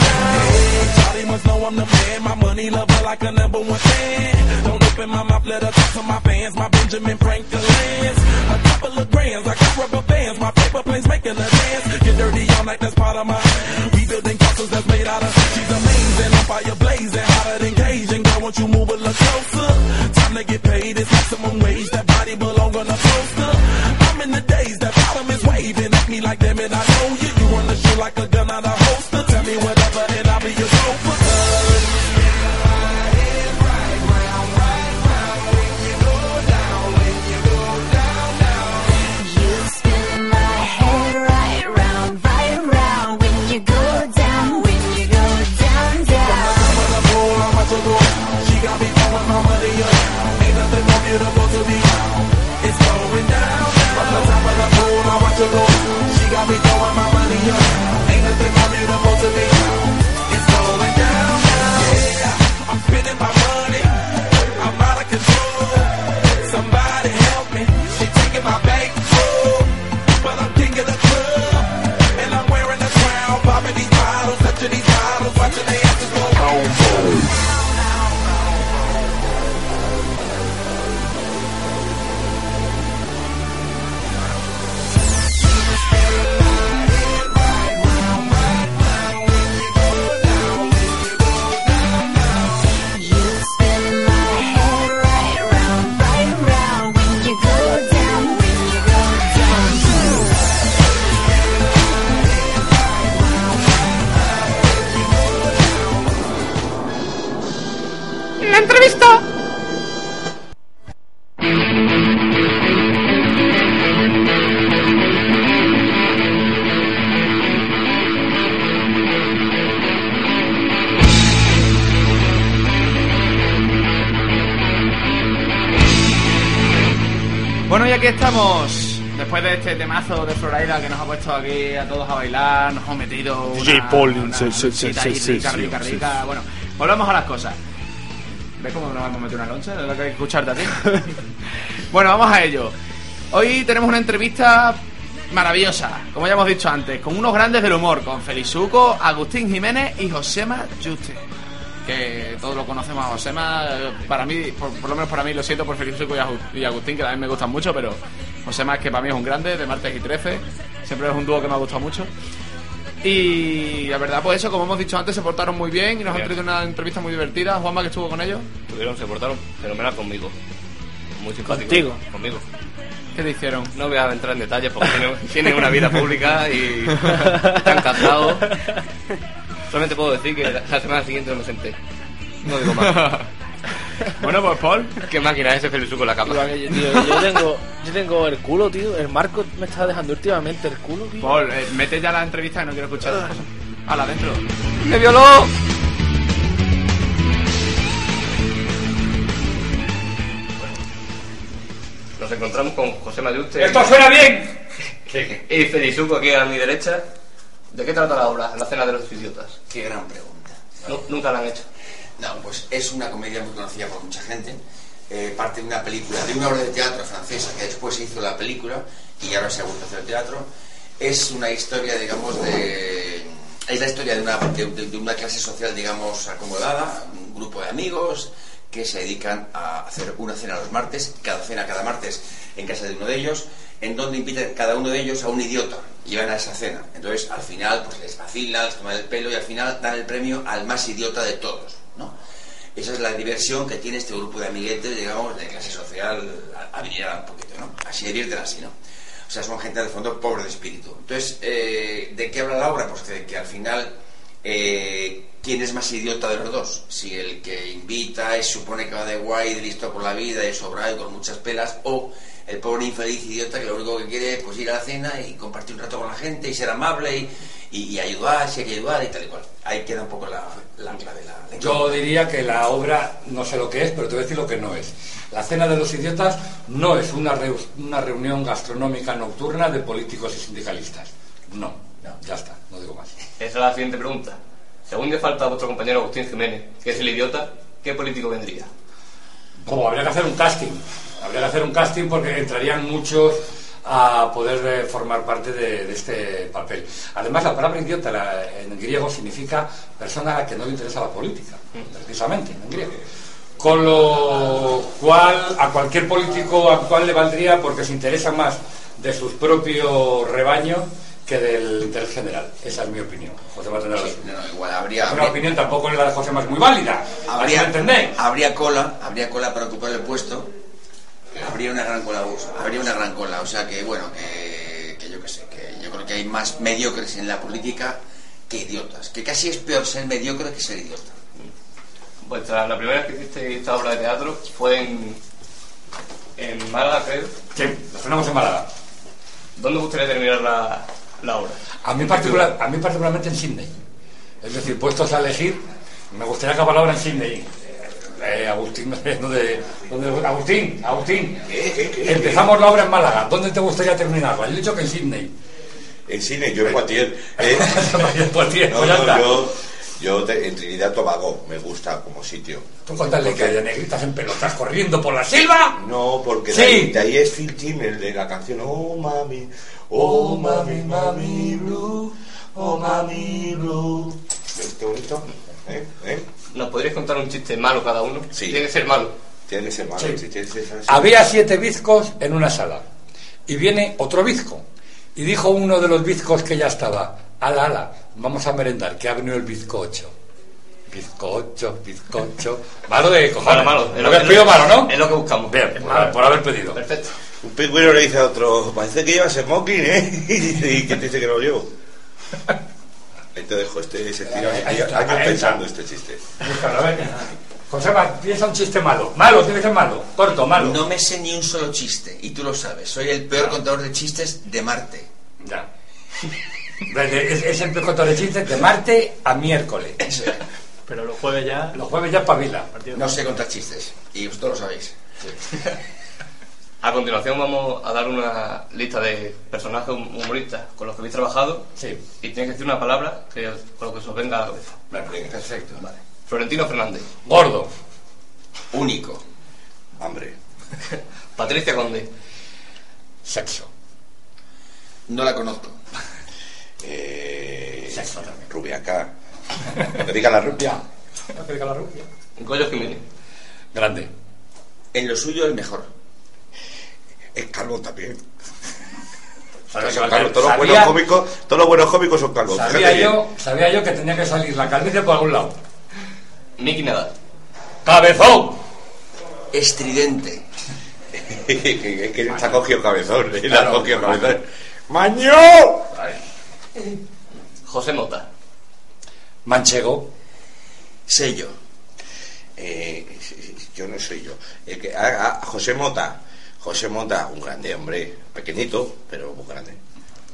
Charlie must know I'm the man, my money lover like a number one fan. Don't open my mouth, let her talk to my fans, my Benjamin Franklin. A couple of grands, I got rubber bands, my paper
paper planes making a dance. Get dirty, I'm like that's part of my. We building castles that's made out of. She's amazing, on fire blazing, hotter than Cajun. Girl, won't you move a little closer? Time to get paid, it's maximum wage. That body belong on a poster. I'm in the days that bottom is waving at me like damn it, I know you. You run the show like a gun out of holster. Tell me whatever, and I'll be your sofa.
Spin my head right round, right round when you go down, when you go down, down.
spending my money. I'm out of control. Somebody help me. She taking my bank full. But I'm king of the club. And I'm wearing a crown. Popping these bottles, touching these bottles, watching they asses go on.
You spin my head right round, right round when you go down, when you go down.
La entrevista.
Bueno, y aquí estamos. Después de este temazo de Florida que nos ha puesto aquí a todos a bailar, nos ha metido una,
DJ Paulin, sí, sí, sí,
cita
sí,
ahí
sí,
rica,
sí,
rica,
sí.
rica. Bueno, volvamos a las cosas. ¿Ves cómo nos hemos metido una loncha? De lo que hay que escucharte a ti. bueno, vamos a ello. Hoy tenemos una entrevista maravillosa, como ya hemos dicho antes, con unos grandes del humor, con Felizuco, Agustín Jiménez y Josema Juste. Que todos lo conocemos a Josema, eh, para mí, por, por lo menos para mí, lo siento por Felizuco y, Agu- y Agustín, que también me gustan mucho, pero Josema es que para mí es un grande, de martes y 13, siempre es un dúo que me ha gustado mucho. Y la verdad, pues eso, como hemos dicho antes, se portaron muy bien y nos han traído una entrevista muy divertida. Juanma, que estuvo con ellos.
Tuvieron, se portaron fenomenal conmigo. Muy simpático.
¿Contigo?
Conmigo.
¿Qué te hicieron?
No voy a entrar en detalles porque tienen, tienen una vida pública y están casados. Solamente puedo decir que la la semana siguiente no me senté. No digo más.
bueno, pues Paul.
Qué máquina es ese Felizuco en la cama.
Tío, yo tengo, yo tengo el culo, tío. El Marco me está dejando últimamente el culo, tío.
Paul, eh, mete ya la entrevista que no quiero escuchar. Hala, adentro.
¡Me violó! Nos encontramos con José Mayuste.
¡Esto suena bien!
y Felizuco aquí a mi derecha. ¿De qué trata la obra, La cena de los idiotas?
Qué gran pregunta.
Nu- nunca la han hecho.
No, pues es una comedia muy conocida por mucha gente. eh, parte de una película, de una obra de teatro francesa que después se hizo la película y ahora se ha vuelto a hacer teatro. Es una historia, digamos, de. Es la historia de una, de- de- de una clase social, digamos, acomodada, un grupo de amigos que se dedican a hacer una cena los martes, cada cena cada martes en casa de uno de ellos, en donde invitan cada uno de ellos a un idiota y van a esa cena. Entonces, al final, pues les vacilan, les toman el pelo y al final dan el premio al más idiota de todos. Esa es la diversión que tiene este grupo de amiguetes, digamos, de clase social a- adinerada un poquito, ¿no? Así divierten así, ¿no? O sea, son gente de fondo pobre de espíritu. Entonces, eh, ¿de qué habla la obra? Pues de que al final, eh, ¿quién es más idiota de los dos? Si el que invita y supone que va de guay, de listo por la vida, de sobrado y con muchas pelas, o el pobre infeliz idiota que lo único que quiere es pues, ir a la cena y compartir un rato con la gente y ser amable y, y- y ayudar, si hay que ayudar y tal y cual. Ahí queda un poco la, la clave. La, la
Yo diría que la obra, no sé lo que es, pero te voy a decir lo que no es. La Cena de los Idiotas no es una, reu- una reunión gastronómica nocturna de políticos y sindicalistas. No, ya está, no digo más.
Esa es la siguiente pregunta. Según le falta a vuestro compañero Agustín Jiménez, que es el idiota, ¿qué político vendría?
Como habría que hacer un casting. Habría que hacer un casting porque entrarían muchos a poder eh, formar parte de, de este papel. Además, la palabra idiota la- en griego significa persona a la que no le interesa la política, precisamente, en griego. Con lo cual, a cualquier político actual le valdría porque se interesa más de sus propios rebaños que del interés general. Esa es mi opinión. José Manuel tendrá la suya.
igual habría-
Es una
habría-
opinión tampoco la de José Manuel es muy válida.
Habría,
¿Así me entendéis?
habría cola, habría cola para ocupar el puesto. Habría una gran cola, habría una gran cola. O sea que, bueno, que, que yo qué sé, que yo creo que hay más mediocres en la política que idiotas. Que casi es peor ser mediocre que ser idiota.
Vuestra, la primera vez que hiciste esta obra de teatro fue en, en Málaga, creo.
Sí, la estrenamos en Málaga.
¿Dónde os gustaría terminar la, la obra?
A mí, particular, a mí particularmente en Sydney. Es decir, puestos a elegir, me gustaría acabar la obra en Sydney. Eh, eh, Agustín, ¿dónde, dónde- Agustín, Agustín, empezamos la obra en Málaga. ¿Dónde te gustaría terminarla? Yo he dicho que en Sydney.
En cine, yo en Poitiers. Eh,
pues ya está.
yo, yo te- en Trinidad Tobago me gusta como sitio.
Tú contadle que haya negritas en pelotas corriendo por la selva.
No, porque
Sí.
de, ahí, de ahí es Phil Timm, el de la canción Oh Mami, Oh Mami, Mami Blue, Oh Mami Blue. ¿Ves qué Este bonito? ¿Eh? ¿Eh?
¿Nos podrías contar un chiste malo cada uno?
Sí.
Tiene que ser malo.
Tiene que ser malo.
Sí.
si tiene que ser así.
Había siete bizcos en una sala. Y viene otro bizco. Y dijo uno de los bizcos que ya estaba, ala, ala, vamos a merendar, que ha venido el bizcocho. Bizcocho, bizcocho. Malo de cojones.
Malo, malo.
Lo
Es lo
que
que-
has pedido malo, ¿no?
Es lo que buscamos.
Bien, pues nada, por haber pedido.
Perfecto.
Un pingüino le dice a otro, parece que llevas smoking, ¿eh? Y dice, "¿Y quién te dice que no lo llevo? Ahí te dejo, este se tira
Ahí
años
está, ahí está.
pensando este chiste.
Búscalo, a ver. José, va, piensa un chiste malo. Malo, tiene que ser malo. Corto, malo.
No me sé ni un solo chiste, y tú lo sabes. Soy el peor contador de chistes de Marte.
Ya. Desde- Es, es el peor contador de chistes de Marte a miércoles.
Pero los jueves ya.
Los jueves ya pavila.
No sé contar chistes, y vosotros lo sabéis.
A continuación vamos a dar una lista de personajes hum- humoristas con los que habéis trabajado.
Sí.
Y tenéis que decir una palabra que os- con lo que se os venga a la cabeza.
Perfecto, vale.
Florentino Fernández.
Gordo.
Único.
Hambre.
Patricia Conde.
Sexo.
No la conozco.
Eh, Rubiaca. Rica la rubia.
Goyo Jiménez.
Grande.
En lo suyo el mejor.
Es calvo también.
Sabía que
Son
va a ser-
calvos. Todos los buenos
sabía-
cómicos, todos los buenos cómicos son calvos.
Sabía
Fíjate
yo, sabía yo que tenía que salir la calvicie por algún lado.
Nicky Nadal.
¡Cabezón!
Estridente.
bien. es que se ha cogido cabezón. eh, Le ha
Claro.
cogido cabezón. ¡Maño!
José Mota.
Manchego.
Sello.
Eh, yo no soy yo. El que- ah, ah, José Mota. José Mota, un grande hombre. Pequeñito, pero muy grande.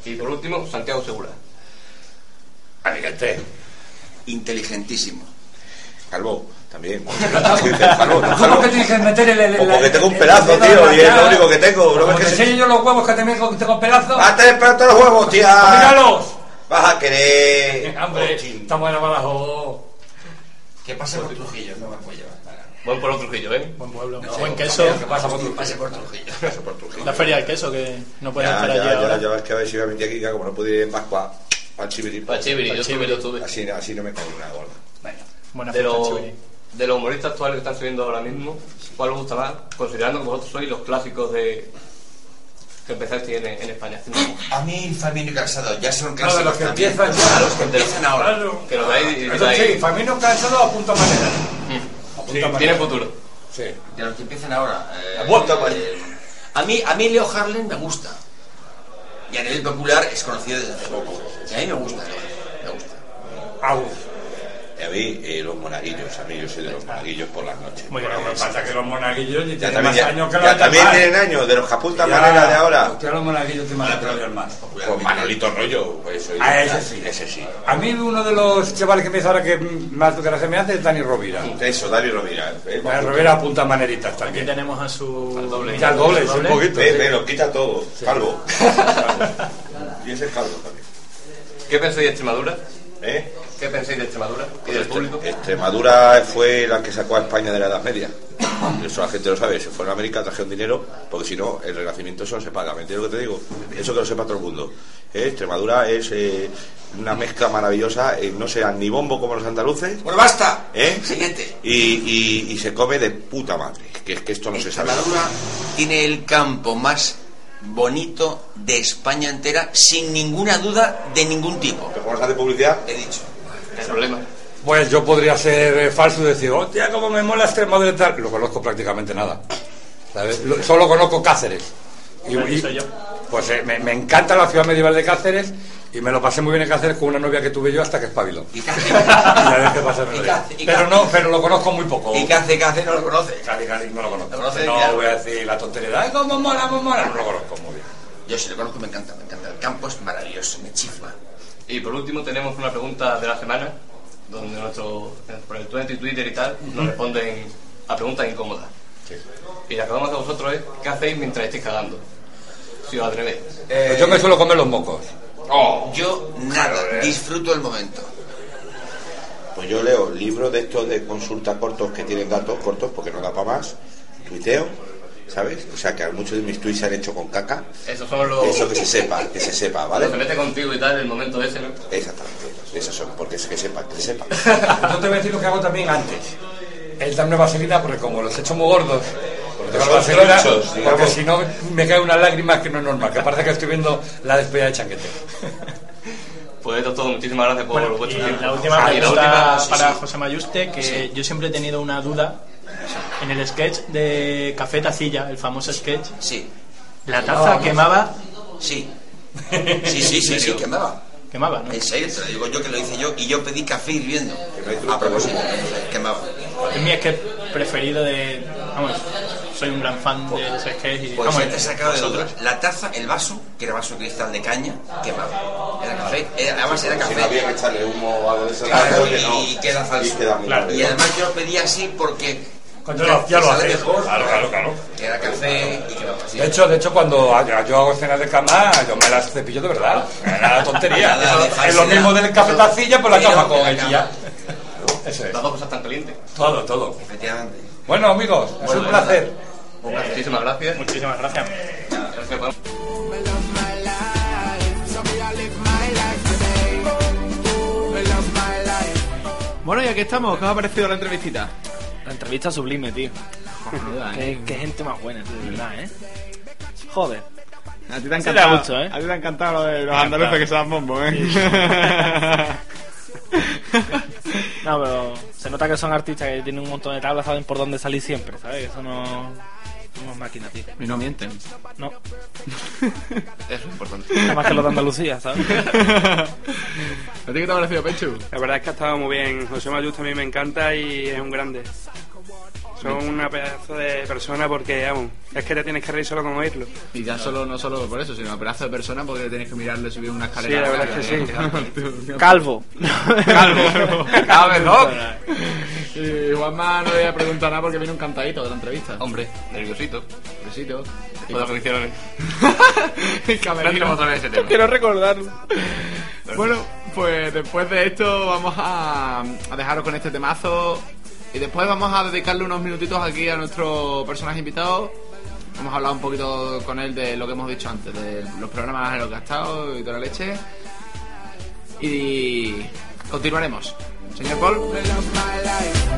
Y por último, Santiago Segura.
Amigante.
Inteligentísimo.
Calvo, también.
¿Cómo
Calvo,
que
calvo.
tienes que meter el... el, el-
Porque tengo un
el-
pedazo,
el dedo
tío,
en
y es
la
lo
llaga?
único que tengo. ¿no
Como
ves que
te
se- Ah,
enseño yo los huevos que tengo, tengo pedazos.
¡Hazte experto los huevos, tía!
¡Míralos!
Vas a querer.
Hombre, estamos en la balajo.
Que pase por Trujillo, no me apoyo.
Buen pueblo Trujillo, ¿eh?
Buen pueblo.
No,
Buen
que
queso.
pasa por
Trujillo. Pase por Trujillo.
La feria del queso, que no pueden
ya,
estar
ya,
allí
ya,
ahora.
ya, es que a ver si voy a venir aquí, que como no pude ir en Pascua, al Chiviri.
Al Chiviri, yo estuve, yo estuve.
Así, así no me cago en una gorda.
Buena
de,
fecha,
los-
Chiviri.
de los humoristas actuales que están subiendo ahora mismo, ¿cuál os gusta más? Considerando que vosotros sois los clásicos de que empezasteis en, en España.
A mí, Famino y Casado, ya son
Claro,
clásicos.
los que
también.
empiezan ya.
A los que empiezan ahora.
Claro.
Que lo dais y
Eso sí, Famino cansado a punta manera.
Mm.
A punta manera.
tiene futuro.
Sí.
De los que empiezan ahora. eh,
La vuelta, pues.
eh, a, mí, a mí Leo Harlem me gusta. Y a nivel popular es conocido desde hace poco. Y a mí me gusta, Leo. Me gusta.
Au.
Y a mí, eh, los monaguillos, a mí yo soy de los monaguillos por las noches.
Muy bien,
Porque-
pasa que los monaguillos ya
Ya
tienen
también,
más
ya-
años que
ya
los demás.
también tienen años, de los caputas maneras de ahora.
Hostia, los monaguillos tienen más que los demás.
Pues Manolito Rollo, pues soy
Ah, ese sí.
Ese sí.
A mí uno de los chavales que empieza ahora que mm, más gracia me hace es Dani Rovira.
Eso, Dario Rovira. eh,
Dani Rovira apunta maneritas también.
Tenemos a su. doble.
Ya al doble, sí, un poquito.
Ve, ve, lo quita todo. Calvo. y ese es calvo también.
¿Qué pensáis de Extremadura?
¿Eh? Pues
¿Qué pensáis de Extremadura? ¿Y del público?
Extremadura fue la que sacó a España de la Edad Media. Eso la gente lo sabe. Se fueron a América, trajeron dinero, porque si no, el renacimiento eso no se paga. ¿Me entiendes lo que te digo? Eso que lo sepa todo el mundo. ¿Eh? Extremadura es eh, una mezcla maravillosa. eh, no sean ni bombo como los andaluces.
Bueno, basta.
¿eh?
Siguiente.
Y, y- y se come de puta madre. Que es que esto no se sabe.
Extremadura tiene el campo más bonito de España entera, sin ninguna duda de ningún tipo.
¿Vamos a hacer publicidad?
He dicho.
El problema.
Pues yo podría ser eh, falso y decir, hostia, como me mola Extremadura y tal. Lo conozco prácticamente nada. ¿sabes? Lo- solo conozco Cáceres. Y, y- pues eh, me, me encanta la ciudad medieval de Cáceres y me lo pasé muy bien en Cáceres con una novia que tuve yo hasta que espabiló. Y la vez que pasé me lo digo. Pero no, pero lo conozco muy poco. ¿Y
Cáceres, Cáceres no lo conoce?
Cáceres, Cáceres no lo conozco.
conoce,
no
claro.
voy a decir la tontería de, "Ay, cómo mola, cómo mola". No lo conozco muy bien.
Yo sí lo conozco, me encanta, me encanta. El campo es maravilloso, me chifla.
Y por último tenemos una pregunta de la semana, donde nuestro, por el 20 Twitter y tal, nos responden a preguntas incómodas. Y la que vamos a hacer vosotros es, ¿qué hacéis mientras estéis cagando? Si os atrevéis. Oh.
Eh,
Pues
eh,
yo me suelo comer los mocos.
yo nada, disfruto el momento.
Pues yo leo libros de estos de consulta cortos que tienen datos cortos porque no da para más, tuiteo, ¿sabes? O sea que muchos de mis tweets se han hecho con caca.
Esos son los...
Eso que se sepa, que se sepa,
cuando
¿vale?
se mete contigo y tal, el momento ese, ¿no?
Exactamente, esos son, porque es que sepa, que sepa.
Yo te voy a decir lo que hago también antes. El darme vaselina, porque como los he hecho muy gordos, porque,
son
vaselina,
tronchos,
porque
digamos.
si no me cae una lágrima que no es normal, que parece que estoy viendo la despedida de Chanquete.
Pues esto es todo, muchísimas gracias por
Bueno,
pues,
vuestro
y
eh,
tiempo.
la
última
Ah, y
pregunta
sí,
para
sí.
José Mayuste, que
Sí.
yo siempre he tenido una duda. En el sketch de Café Tacilla, el famoso sketch,
sí.
la taza
Quemaba.
quemaba...
Sí. Sí, sí, sí, sí, quemaba.
Quemaba, ¿no?
En serio, te lo digo yo que lo hice yo y yo pedí café hirviendo. A propósito, eh, quemaba.
Es mi sketch preferido de... Vamos, soy un gran fan de ese sketch y...
Pues
vamos,
ya te he sacado de
vosotros.
dudas. La taza, el vaso, que era vaso cristal de caña, quemaba. Era café, era, eh, además era
Si
café.
no había que echarle humo o algo de eso,
Claro,
creo que no.
y, y queda falso.
Y queda muy mal.
y además yo lo pedí así porque.
Contra- ya lo
sale
haces.
mejor.
Claro, claro, claro.
Era café y quemaba así.
De hecho, de hecho cuando a- yo hago escenas de cama, yo me las cepillo de verdad. Nada de tontería.
Nada de
es lo
falsedad.
mismo del café tacilla por la
Pero
cama con
la
el
cama.
guía. Eso es.
Las dos cosas están calientes.
Todo, todo.
Efectivamente.
Bueno, amigos, es
Bueno,
un placer.
Muchísimas gracias.
Muchísimas gracias.
Bueno, y aquí estamos. ¿Qué os ha parecido la entrevistita?
La entrevista sublime, tío.
eh.
qué, qué gente más buena, tío, de verdad, ¿eh? Joder.
A ti te ha
Sí,
encantado.
da gusto, ¿eh?
A ti te ha encantado lo de los
Me ha
andaluces
encantado.
que eh. se dan bombo, ¿eh?
No, pero se nota que son artistas que tienen un montón de tablas, saben por dónde salir siempre, ¿sabes? Eso no. Somos máquinas, tío.
Y no mienten.
No.
Eso es importante.
Nada más que los de Andalucía, ¿sabes?
¿A ti qué te ha parecido, Pechu?
La verdad es que ha estado muy bien. José Mayusta a mí me encanta y es un grande. Son una pedazo de persona porque, vamos, es que te tienes que reír solo con oírlo.
Y ya solo, no solo por eso, sino a pedazo de persona porque tenéis que mirarle subir una
Sí,
escalera.
la verdad es que
sí.
Calvo.
Calvo. Cada vez
dos.
Y Juanma no le voy a preguntar nada porque viene un cantadito de la entrevista. Hombre, nerviosito. Nerviosito.
Todo lo que hicieron.
El camerino.
No entremos otra vez en ese tema.
Quiero recordarlo. Bueno, pues después de esto vamos a, a dejaros con este temazo. Y después vamos a dedicarle unos minutitos aquí a nuestro personaje invitado. Vamos a hablar un poquito con él de lo que hemos dicho antes, de los programas en los que ha estado y toda la leche. Y continuaremos. Señor Paul.
oh,
Me love my life.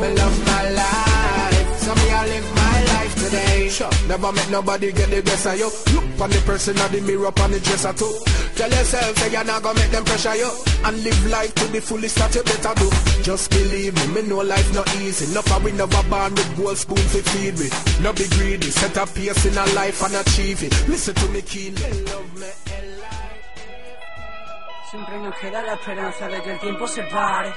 Me love my life. So me I live my life today. Sure. Never make nobody get the best of you. Look on the person at the mirror on the dresser too. Tell yourself say you're not gonna make them pressure you. And live life to the fullest that you better do. Just believe me, me know life not easy. No we never born with gold spoons to feed me. No be greedy, set a pace in a life and achieve it. Listen to me keenly.
Siempre nos queda la esperanza de que el tiempo se pare.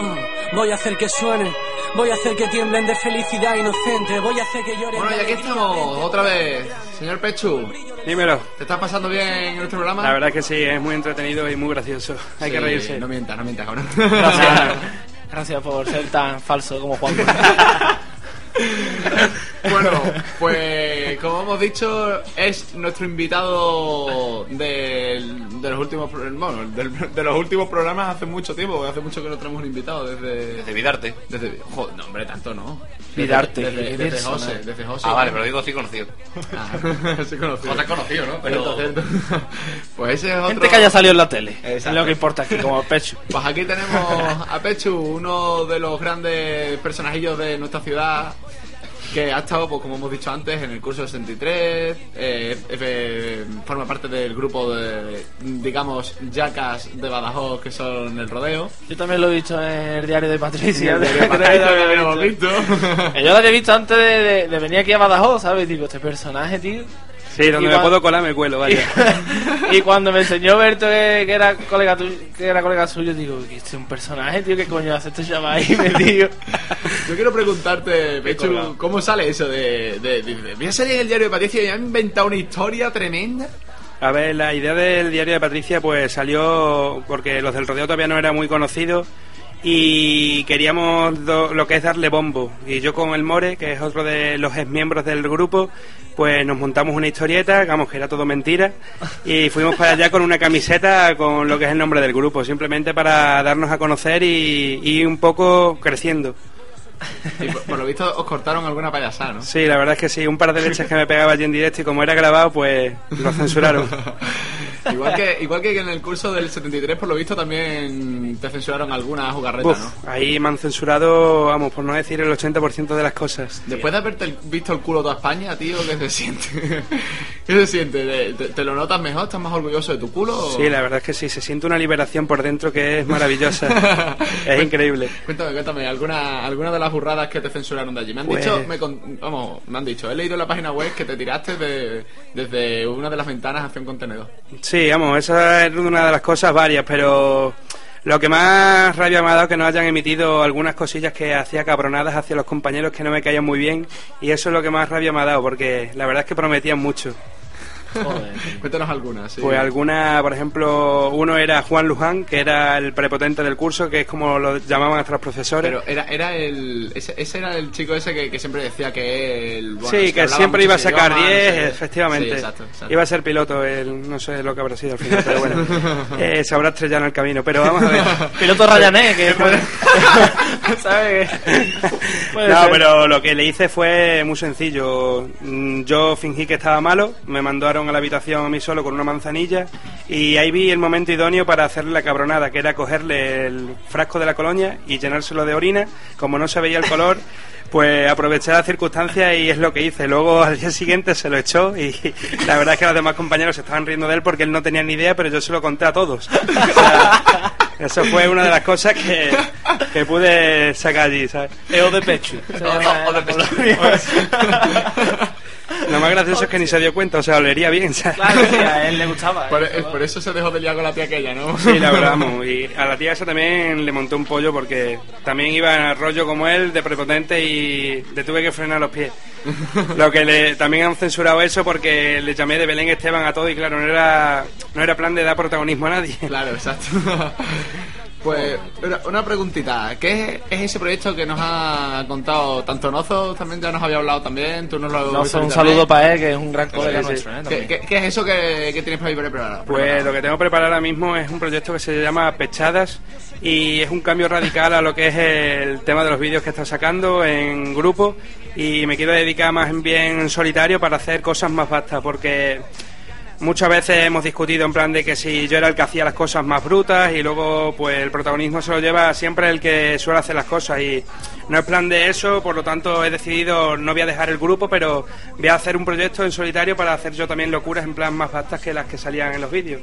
Mm, Voy a hacer que suene, voy a hacer que tiemblen de felicidad inocente, voy a hacer que lloren.
Bueno, y aquí estamos otra vez. Señor Pechu,
Dímelo.
¿te estás pasando bien en nuestro programa?
La verdad es que sí, es muy entretenido y muy gracioso. Hay que
Sí,
reírse.
No mientas, no mientas, cabrón.
Gracias. Gracias por ser tan falso como Juan.
Bueno, pues como hemos dicho, es nuestro invitado del- de los últimos pro- bueno, del- de los últimos programas hace mucho tiempo, porque hace mucho que no tenemos un invitado desde
Desde Vidarte.
Desde, joder, no, hombre, tanto no.
Vidarte,
Desde, desde,
qué
desde
persona.
José, desde José.
Ah, vale, pero digo así conocido.
Ah, sí conocido.
José conocido, ¿no? Pero-
Cierto, cierto. Pues ese es otro...
Gente que haya salido en la tele.
Exacto.
Es lo que importa aquí, como pecho.
Pues aquí tenemos a Pechu, uno de los grandes personajillos de nuestra ciudad, que ha estado, pues, como hemos dicho antes, en el curso 63, eh, eh, forma parte del grupo de, digamos, yacas de Badajoz, que son el rodeo.
Yo también lo he visto en el diario de Patricia.
El diario de Patricia también lo hemos visto.
Eh, Yo lo había visto antes de, de- de venir aquí a Badajoz, ¿sabes? Digo, este personaje, tío.
Sí,
Y
donde me
cuan-
puedo colar me cuelo, vaya.
Y cuando me enseñó Berto que, que era colega tu- que era colega suyo, digo, que este es un personaje, tío, ¿qué coño hace este chaval ahí metido?
Yo quiero preguntarte,
colgado.
Pechu, ¿cómo sale eso de, de- de- de- Voy a salir en el diario de Patricia y han inventado una historia tremenda?
A ver, la idea del diario de Patricia pues salió porque los del rodeo todavía no era muy conocido y queríamos do- lo que es darle bombo. Y yo con el More, que es otro de los exmiembros del grupo, pues nos montamos una historieta, digamos que era todo mentira, y fuimos para allá con una camiseta con lo que es el nombre del grupo, simplemente para darnos a conocer y, y un poco creciendo.
Y por, por lo visto os cortaron alguna payasada, ¿no?
Sí, la verdad es que sí, un par de leches que me pegaba allí en directo y como era grabado, pues lo censuraron.
Igual que, igual que en el curso del 73, por lo visto, también te censuraron alguna jugarreta,
Buf,
¿no?
Ahí me han censurado, vamos, por no decir el 80% de las cosas.
Después de haberte el- visto el culo toda España, tío, ¿qué se siente? ¿Qué se siente? ¿Te, te- te lo notas mejor? ¿Estás más orgulloso de tu culo? o-
Sí, la verdad es que sí, se siente una liberación por dentro que es maravillosa. es increíble.
Cuéntame, cuéntame, alguna, alguna de las burradas que te censuraron de allí. Me han
Pues-
dicho, me con- vamos, me han dicho, he leído en la página web que te tiraste de- desde una de las ventanas hacia un contenedor.
Sí, vamos, esa es una de las cosas varias, pero lo que más rabia me ha dado es que no hayan emitido algunas cosillas que hacía cabronadas hacia los compañeros que no me caían muy bien, y eso es lo que más rabia me ha dado, porque la verdad es que prometían mucho.
Cuéntanos algunas. sí.
Pues alguna, por ejemplo, uno era Juan Luján, que era el prepotente del curso, que es como lo llamaban nuestros profesores.
Pero era, era el, ese, ese era el chico ese que, que siempre decía que él... bueno,
sí,
es
que
hablaba
siempre iba a
muchos
sacar
idiomas,
10,
no sé qué.
efectivamente.
Sí, exacto, exacto.
Iba a ser piloto, él, no sé lo que habrá sido al final, pero bueno, eh, se habrá estrellado en el camino. Pero vamos a ver.
Piloto Ryanair, que ¿sabes? Puede
no,
ser.
pero lo que le hice fue muy sencillo. Mm, Yo fingí que estaba malo, me mandaron a la habitación a mí solo con una manzanilla y ahí vi el momento idóneo para hacerle la cabronada, que era cogerle el frasco de la colonia y llenárselo de orina. Como no se veía el color, pues aproveché la circunstancia y es lo que hice. Luego al día siguiente se lo echó y la verdad es que los demás compañeros se estaban riendo de él porque él no tenía ni idea, pero yo se lo conté a todos. O sea, eso fue una de las cosas que, que pude sacar allí, ¿sabes?
Eo de pecho. pues,
Lo más gracioso es que ni se dio cuenta, o sea, olería bien, ¿sabes?
a él le gustaba. ¿eh?
Por, es- por eso se dejó de liar con la tía aquella, ¿no?
Sí, la verdad, vamos, Y a la tía esa también le monté un pollo porque también iba en el rollo como él, de prepotente, y le tuve que frenar los pies. Lo que le, también han censurado eso porque le llamé de Belén Esteban a todo y claro, no era, no era plan de dar protagonismo a nadie.
Claro, exacto. Pues una, una preguntita, ¿qué es, es ese proyecto que nos ha contado tanto Nozo, también ya nos había hablado también, tú nos lo
No,
has visto
un
también?
saludo para él, que es un gran colega
sí.
nuestro, ¿eh?
¿Qué,
También.
qué, qué es eso que, que tienes para ir preparado?
Pues lo que tengo preparado ahora mismo es un proyecto que se llama Pechadas y es un cambio radical a lo que es el tema de los vídeos que está sacando en grupo y me quiero dedicar más bien en solitario para hacer cosas más vastas porque muchas veces hemos discutido en plan de que si yo era el que hacía las cosas más brutas y luego pues el protagonismo se lo lleva siempre el que suele hacer las cosas y no es plan de eso, por lo tanto he decidido no voy a dejar el grupo, pero voy a hacer un proyecto en solitario para hacer yo también locuras en plan más vastas que las que salían en los vídeos.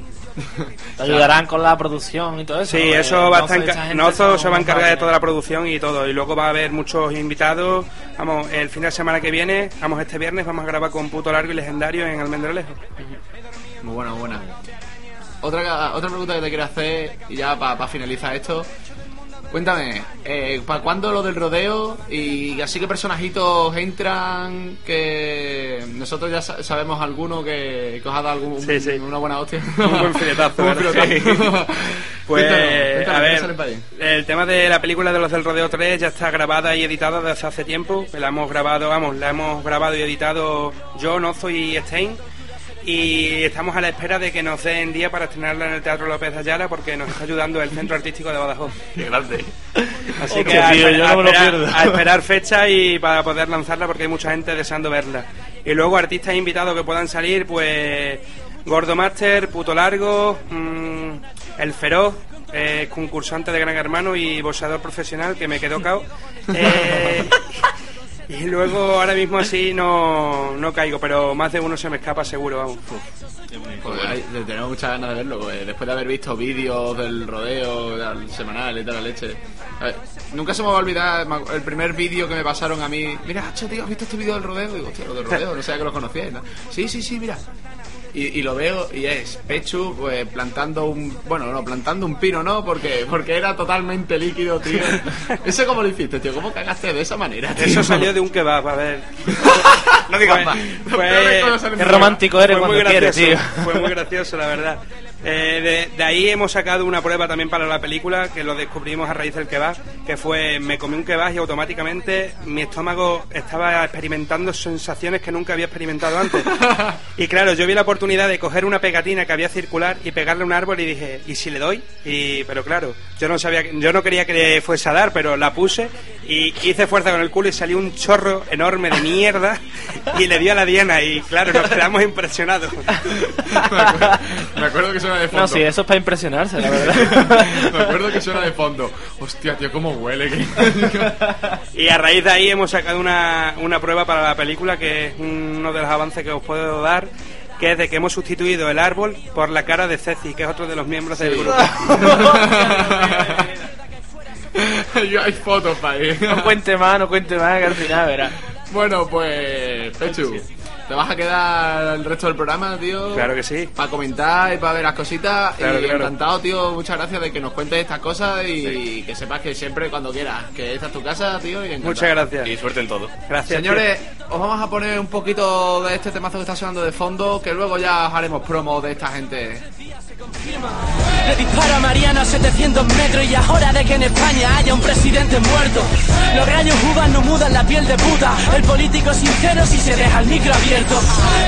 Te ayudarán con la producción y todo eso.
Sí,
¿no?
eso
Eh,
va a
no
estar
sé, esa
enca-
gente
Nozo
son
se va a
unos
encargar de
máquinas.
toda la producción y todo. Y luego va a haber muchos invitados. Vamos, el fin de semana que viene, vamos este viernes, vamos a grabar con Puto Largo y Legendario en Almendralejo.
Muy buena, muy buena. Otra, otra pregunta que te quiero hacer, y ya para finalizar esto, cuéntame, eh, ¿para cuándo lo del rodeo y así qué personajitos entran? Que nosotros ya sa- sabemos alguno que, que os ha dado algún, una buena hostia.
Un buen filetazo,
Un
¿verdad?
filetazo.
Pues,
Cuéntanos, cuéntanos,
a
¿qué sale para
ver,
ahí?
el tema de la película de los del Rodeo 3 ya está grabada y editada desde hace tiempo. La hemos grabado, vamos, la hemos grabado y editado yo, Nozo y Stein. Y estamos a la espera de que nos den día para estrenarla en el Teatro López de Ayala porque nos está ayudando el Centro Artístico de Badajoz.
Qué grande.
Así
Hostia,
que a,
tío,
esper-
yo
a
no me lo
esperar,
pierdo.
a esperar fecha y para poder lanzarla porque hay mucha gente deseando verla. Y luego artistas invitados que puedan salir, pues Gordo Master, Puto Largo, mm, El Feroz, eh, concursante de Gran Hermano y boxeador profesional que me quedó cao. Eh, Y luego ahora mismo así no, no caigo, pero más de uno se me escapa seguro, vamos.
Pues hay- le tenemos muchas ganas de verlo, pues, después de haber visto vídeos del rodeo del semanal y tal, la leche. A ver, nunca se me va a olvidar me acu- el primer vídeo que me pasaron a mí. Mira, hacho, tío, ¿has visto este vídeo del rodeo? Digo, hostia, lo del rodeo, no sabía que los conocíais. ¿no?". Sí, sí, sí, mira. Y, y lo veo y es Pechu pues, plantando un... Bueno, no, plantando un pino, ¿no? Porque, porque era totalmente líquido, tío. ¿Eso cómo lo hiciste, tío? ¿Cómo cagaste de esa manera, tío?
Eso salió de un kebab, a ver.
No digas
Fue-
más.
fue-
Peor de todo, Qué romántico eres
fue muy
cuando quieres,
gracioso,
tío.
Fue muy gracioso, la verdad. Eh, de, de ahí hemos sacado una prueba también para la película, que lo descubrimos a raíz del kebab, que fue me comí un kebab y automáticamente mi estómago estaba experimentando sensaciones que nunca había experimentado antes. Y claro, yo vi la oportunidad de coger una pegatina que había circular y pegarle a un árbol y dije, ¿y si le doy? Y, pero claro, yo no sabía, yo no quería que le fuese a dar, pero la puse y hice fuerza con el culo y salió un chorro enorme de mierda y le dio a la Diana y claro, nos quedamos impresionados.
Me acuerdo que suena de fondo.
No, sí, eso es para impresionarse, la verdad.
Me acuerdo que suena de fondo. Hostia, tío, cómo huele. que-
Y a raíz de ahí hemos sacado una, una prueba para la película, que es uno de los avances que os puedo dar, que es de que hemos sustituido el árbol por la cara de Ceci, que es otro de los miembros del grupo.
Yo hay fotos para ir.
No cuente más, no cuente más, que al final verá.
Bueno, pues, Pechu, ¿te vas a quedar el resto del programa, tío?
Claro que sí.
Para comentar y para ver las cositas.
Claro,
y
claro.
encantado, tío, muchas gracias de que nos cuentes estas cosas y que sepas que siempre cuando quieras, que esta es tu casa, tío. Y encantado.
Muchas gracias.
Y suerte en todo.
Señores, os vamos a poner un poquito de este temazo que está sonando de fondo, que luego ya os haremos promo de esta gente.
Le dispara a Mariano a 700 metros y ya es hora de que en España haya un presidente muerto. Los rayos jugan no mudan la piel de puta. El político es sincero si se deja el micro abierto.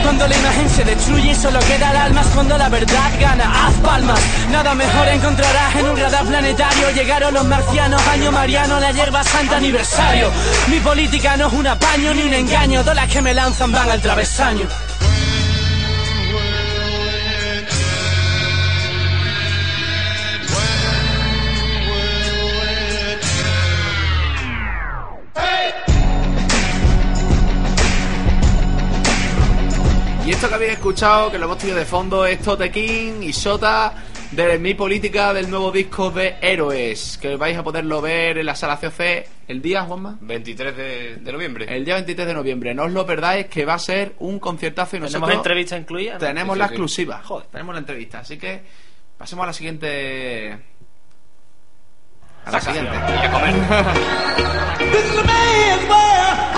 Cuando la imagen se destruye y solo queda el alma es cuando la verdad gana. Haz palmas. Nada mejor encontrarás en un radar planetario. Llegaron los marcianos, año mariano, la hierba santa aniversario. Mi política no es un apaño ni un engaño. Todas las que me lanzan van al travesaño.
Y esto que habéis escuchado, que lo hemos tenido de fondo, es Tote King y Sota de Mi Política del nuevo disco de Héroes, que vais a poderlo ver en la sala COC el día, Juanma.
23 de, de noviembre.
El día 23 de noviembre, no os lo perdáis, que va a ser un conciertazo y
¿Tenemos
nosotros...
entrevista incluida? ¿no?
Tenemos
Sí,
la
sí, sí.
exclusiva, joder, tenemos la entrevista, así que pasemos a la siguiente... A la siguiente.
This is a man's world.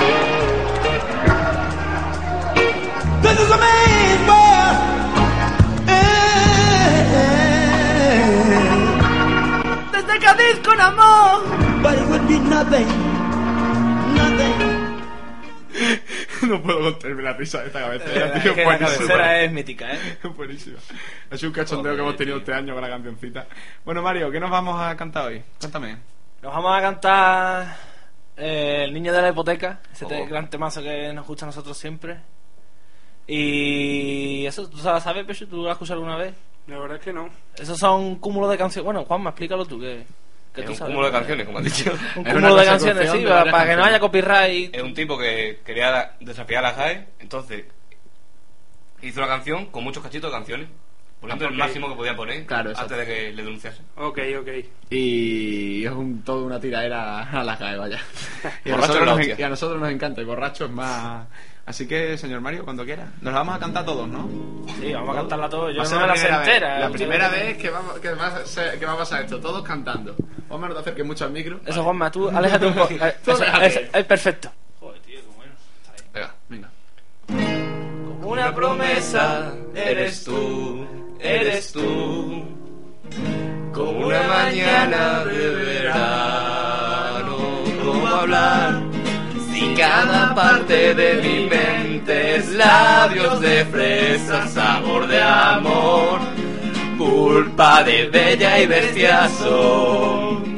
This is a man's world. Eh. Desde Cádiz con amor. But it would be nothing. Nothing.
no puedo contenerme la risa de esta cabecera,
Es
tío.
que la
buenísima.
cabecera es mítica, ¿eh?
Buenísima. Ha sido un cachondeo que hemos tenido este año con la cancioncita. Bueno, Mario, ¿qué nos vamos a cantar hoy? Cuéntame.
Nos vamos a cantar eh, El niño de la hipoteca, ese te-
Oh.
gran temazo que nos gusta a nosotros siempre. Y eso, ¿tú sabes, sabes Pecho? ¿Tú lo has escuchado alguna vez?
La verdad es que no.
Esos son un cúmulo de canciones. Bueno, Juanma, explícalo tú. Que, que
Es
tú
un
sabes.
cúmulo de canciones, como has dicho.
Un cúmulo de canciones, sí, para, para que no haya copyright.
Es un tipo que quería desafiar a la JAE, entonces hizo la canción con muchos cachitos de canciones, poniendo
Ah,
el
ok.
máximo que podía poner
Claro, exacto.
antes de que le denunciasen.
Ok, ok.
Y es un, todo una tiradera a la calle, vaya. Y
Borracho
a,
es
nosotros
la
nos,
hostia.
en- y a nosotros nos encanta, y borracho es más. Así que, señor Mario, cuando quiera. Nos la vamos a cantar todos, ¿no?
Sí, vamos a cantarla todos. Yo
Va a
no
ser
me la eh. sé
primera vez-
entera.
La primera vez que, vamos, que, va a ser- que va a pasar esto, todos cantando. Vamos a no te acerques mucho al micro.
Eso, Juanma, tú aléjate un poco. Eh, eso- eso- Es perfecto.
Venga, venga.
Una promesa
eres tú, eres tú, como una mañana de verano, como hablar, si cada parte de mi mente es labios de fresa, sabor de amor, culpa de bella y bestia son,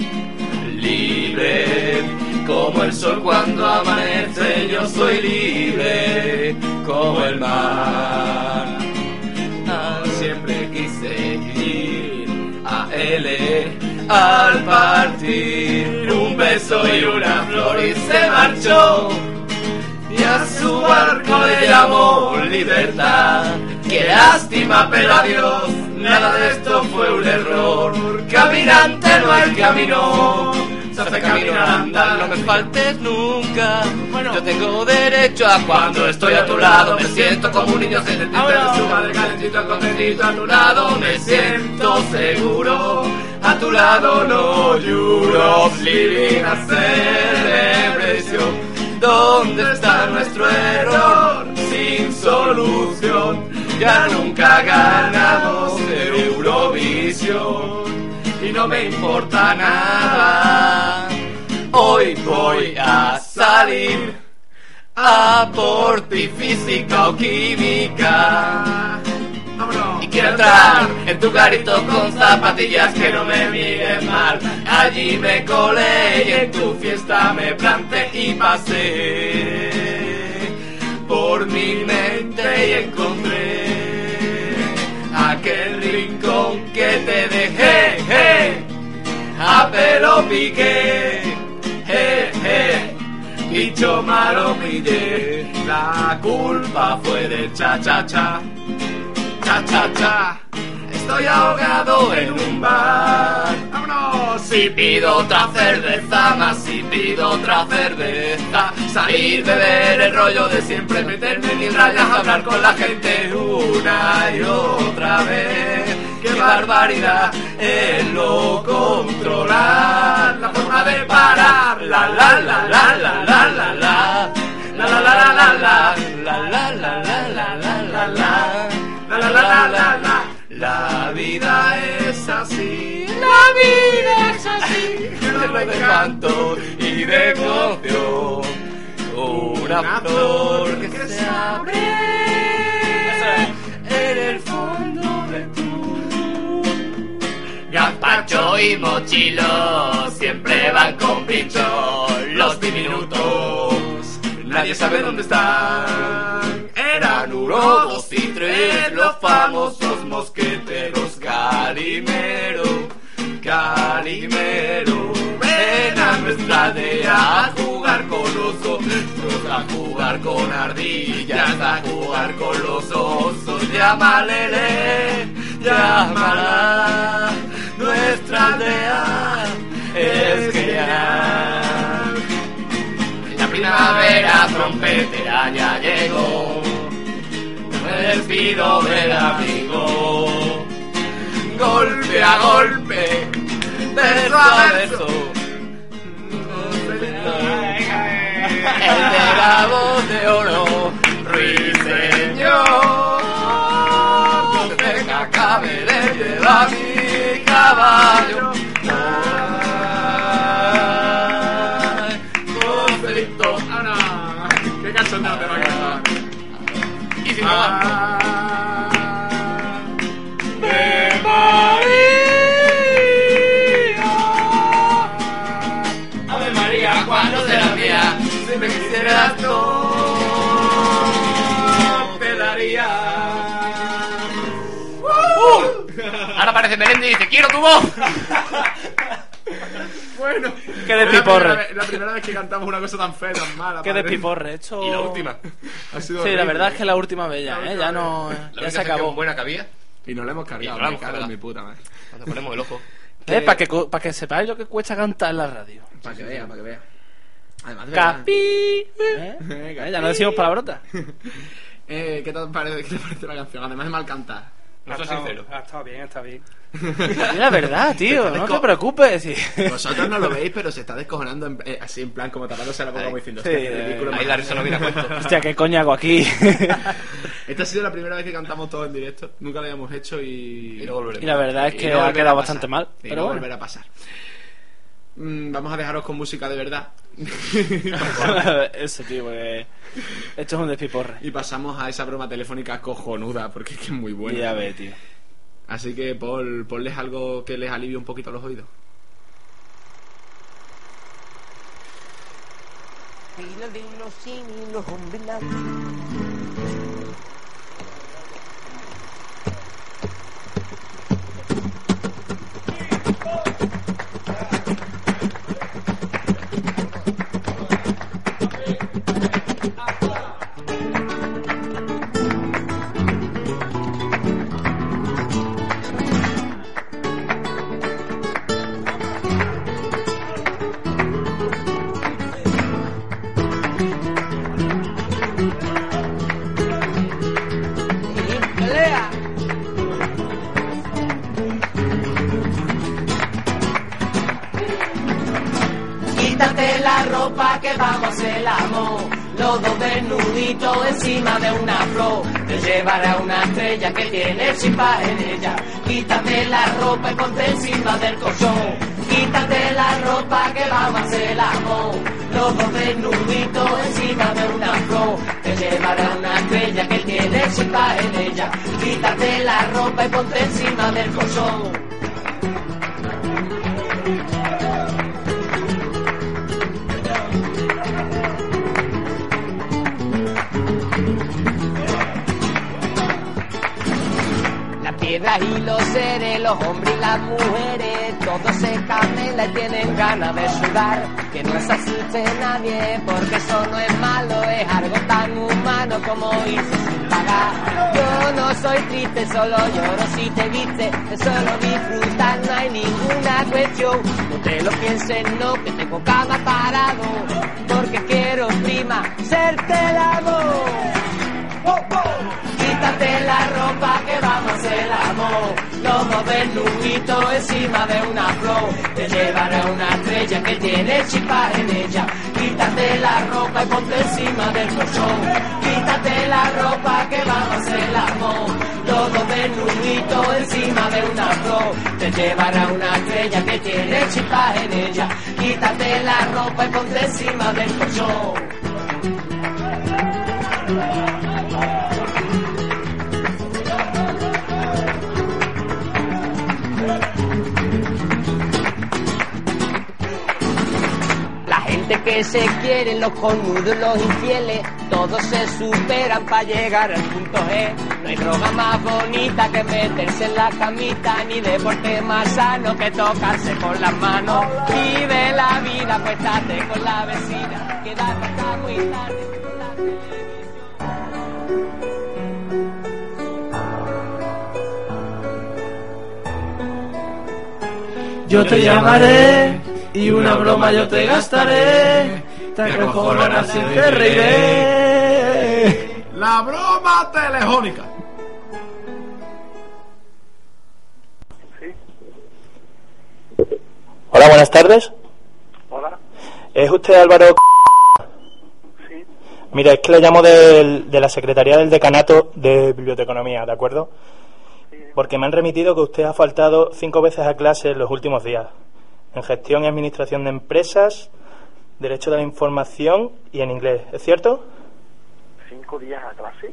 libre. Como el sol cuando amanece, yo soy libre, como el mar. Ah, Siempre quise ir a L al partir. Un beso y una flor y se marchó.
su barco le llamó libertad. Qué lástima, pero adiós, nada de esto fue un error. Caminante no es camino, se hace camino al andar, no me faltes nunca. Yo tengo derecho a cuando estoy a tu lado, me siento como un niño calentito de su madre, calentito, contentito a tu lado, me siento seguro. A tu lado no lloro, living a celebration. ¿Dónde está nuestro error sin solución? Ya nunca ganamos Eurovisión y no me importa nada. Hoy voy a salir a por ti física o química. Y quiero entrar en tu garito con zapatillas que no me miren mal. Allí me colé y en tu fiesta me planté y pasé. Por mi mente y encontré aquel rincón que te dejé. eh, A pelo piqué. eh, eh, Dicho malo pillé. La culpa fue de cha cha cha cha cha cha. Estoy ahogado en un bar. ¡Vámonos! Si pido otra cerveza, más si pido otra cerveza. Salir, beber el rollo de siempre, meterme en mis rayas, hablar con la gente una y otra vez. ¡Qué barbaridad! Es lo controlar. La forma de parar. La la la la la la la la. La la la la la la. La la la la la la la la. La la la la la la. La vida es así, la vida es así, llena de encanto y de emoción. Una flor que se abre en el fondo de tu Gazpacho y mochilo siempre van con pichón los diminutos. Nadie sabe dónde están. Eran uno, dos y tres los famosos mosqueteros. Calimero, Calimero, ven a nuestra aldea a jugar con los osos, a jugar con ardillas, a jugar con los osos. Llámalele, llámala, nuestra aldea es genial. La primavera trompetera ya llegó. Me despido del amigo. Golpe a golpe, verso a verso. El de la voz de oro, ruiseñor. Donde me acabe de llevar mi caballo. Ay, Joselito, ahora, qué cachondeo te va a Ah, quedar. Y si no, de María. Ave María, cuando serás mía, si me quisieras tú, te daría. Ahora aparece Melendi y dice, quiero tu voz.
Bueno,
Qué
es la
despiporre.
primera vez- La primera vez que cantamos una cosa tan fea, tan mala.
Qué
madre.
despiporre, esto-
Y la última. Ha
Sí,
sido horrible.
la verdad es que la última bella,
La
¿eh?
última
Ya no.
bella.
Ya se acabó.
buena que había. Y nos la hemos cargado.
nos la
me
hemos
cago en
cargado.
mi puta madre.
Cuando ponemos el ojo.
Eh, para que, co- pa' que sepáis lo que cuesta cantar en la radio.
Para que vea, para que vea. Además, de verdad.
Capi. ¿Eh?
Venga.
Eh, Ya no decimos palabrotas.
Eh, ¿qué, te parece, ¿Qué te parece la canción? Además de mal cantar.
Ha estado- Ha estado bien, está bien.
Es la verdad, tío. No te preocupes. sí.
Vosotros no lo veis, pero se está descojonando en- eh, así en plan como tapándose la boca como diciendo.
Sí,
"Hostia, qué
eh,
ridículo,
ahí
madre".
la risa no viene a cuento. Hostia, ¿qué coño hago aquí?
Esta ha sido la primera vez que cantamos todo en directo. Nunca lo habíamos hecho y. Y,
Y la verdad es que ha quedado bastante mal.
Pero
pero bueno.
volverá a pasar. Mm, vamos a dejaros con música de verdad.
Eso, tío, porque. Esto es un despiporre.
Y pasamos a esa broma telefónica cojonuda, porque es que es muy buena.
Ya ve, tío.
Así que, Paul, ponles algo que les alivie un poquito los oídos.
Pila de sin los hombres la-
vamos el amor. Los dos desnuditos encima de una flor. Te llevará una estrella que tiene chispa en ella. Quítate la ropa y ponte encima del colchón. Quítate la ropa que vamos a hacer el amor. Los dos desnuditos encima de una flor. Te llevará una estrella que tiene chispa en ella. Quítate la ropa y ponte encima del colchón.
Las piedras y los seres, los hombres y las mujeres, todos se camelan y tienen ganas de sudar. Que no se asuste nadie, porque eso no es malo, es algo tan humano como irse sin pagar. Yo no soy triste, solo lloro si te viste, de solo disfrutar, no hay ninguna cuestión. No te lo pienses, no, que tengo cama parado, porque quiero, prima, serte el amor. Oh,
Quítate la ropa que vamos a hacer el amor. Los dos desnuditos encima de una flor. Te llevará una estrella que tiene chispa en ella. Quítate la ropa y ponte encima del colchón. Quítate la ropa que vamos a hacer el amor. Los dos desnuditos encima de una flor. Te llevará una estrella que tiene chispa en ella. Quítate la ropa y ponte encima del colchón.
La gente que se quiere, los cornudos, los infieles, todos se superan para llegar al punto G. No hay droga más bonita que meterse en la camita, ni deporte más sano que tocarse con las manos. Vive la vida, acuéstate con la vecina, quédate hasta muy tarde.
Yo te llamaré y una broma yo te gastaré. Te acojonarás y te reiré. La broma telefónica.
Hola, buenas tardes.
Hola.
¿Es usted Álvaro? C-? Mira, es que le llamo del- de la Secretaría del Decanato de Biblioteconomía, ¿de acuerdo? Porque me han remitido que usted ha faltado cinco veces a clase en los últimos días. En gestión y administración de empresas, derecho de la información y en inglés, ¿es cierto?
¿Cinco días a clase?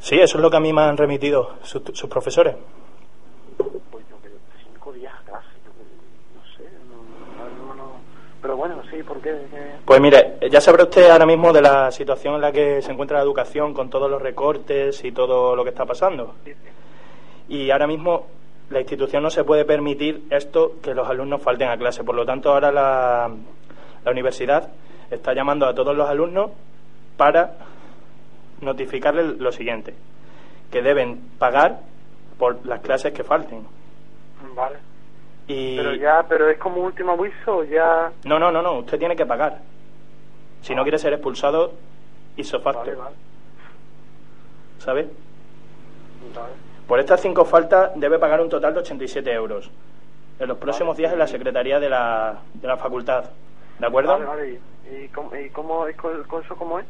Sí, eso es lo que a mí me han remitido sus, sus profesores.
Pues yo creo que cinco días a clase. Yo creo, no sé, no, no, no. Pero bueno, sí, porque... eh,
Pues mire, ya sabrá usted ahora mismo de la situación en la que se encuentra la educación con todos los recortes y todo lo que está pasando. Y ahora mismo la institución no se puede permitir esto que los alumnos falten a clase. Por lo tanto, ahora la, la universidad está llamando a todos los alumnos para notificarles lo siguiente, que deben pagar por las clases que falten.
Vale.
Y
Pero ya, pero es como último aviso, ya...
no, no, no, no, usted tiene que pagar. Si no quiere ser expulsado, y facto.
Ah. Vale, vale,
¿Sabe?
vale.
Por estas cinco faltas debe pagar un total de 87 euros. En los próximos días en la Secretaría de la, de la Facultad. ¿De acuerdo?
Vale, vale. ¿Y, y cómo, y cómo es con, con eso cómo es?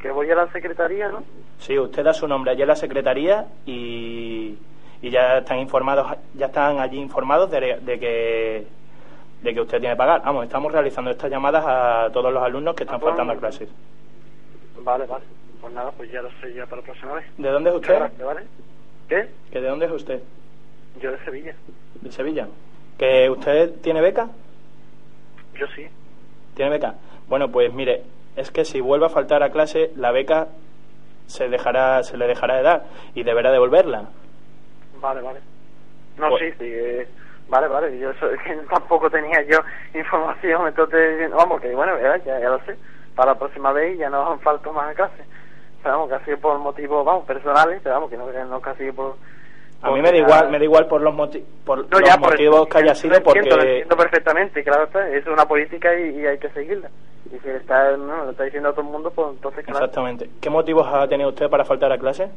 Que voy a la secretaría, ¿no?
Sí, usted da su nombre allí en la Secretaría y, y ya están informados, ya están allí informados de, de que de que usted tiene que pagar. Vamos, estamos realizando estas llamadas a todos los alumnos que están
todo el
faltando a
mundo.
clases.
Vale, vale. Pues nada, pues ya lo sé ya para la próxima vez.
¿De dónde es
Muchas
usted?
gracias, ¿vale? ¿Qué?
¿Que de dónde es usted?
Yo de Sevilla.
De Sevilla. ¿Que usted tiene beca?
Yo sí.
¿Tiene beca? Bueno, pues mire, es que si vuelve a faltar a clase, la beca se dejará, se le dejará de dar y deberá devolverla.
Vale, vale. No,
Pues-
sí, sí. eh, vale, vale. Yo eso- es que tampoco tenía yo información, entonces, vamos, que bueno, ya, ya, ya lo sé. Para la próxima vez ya no falto más a clase. Pero vamos, que ha sido por motivos, vamos, personales, pero vamos, que no, que no que ha sido por...
A mí me da igual, me da igual por los, moti- por
No,
los
ya, por
motivos que haya sido, porque
Entiendo, lo entiendo perfectamente, claro está, es una política y, y hay que seguirla. Y si está, no, lo está diciendo a todo el mundo, pues entonces, claro,
Exactamente. ¿Qué motivos ha tenido usted para faltar a clase?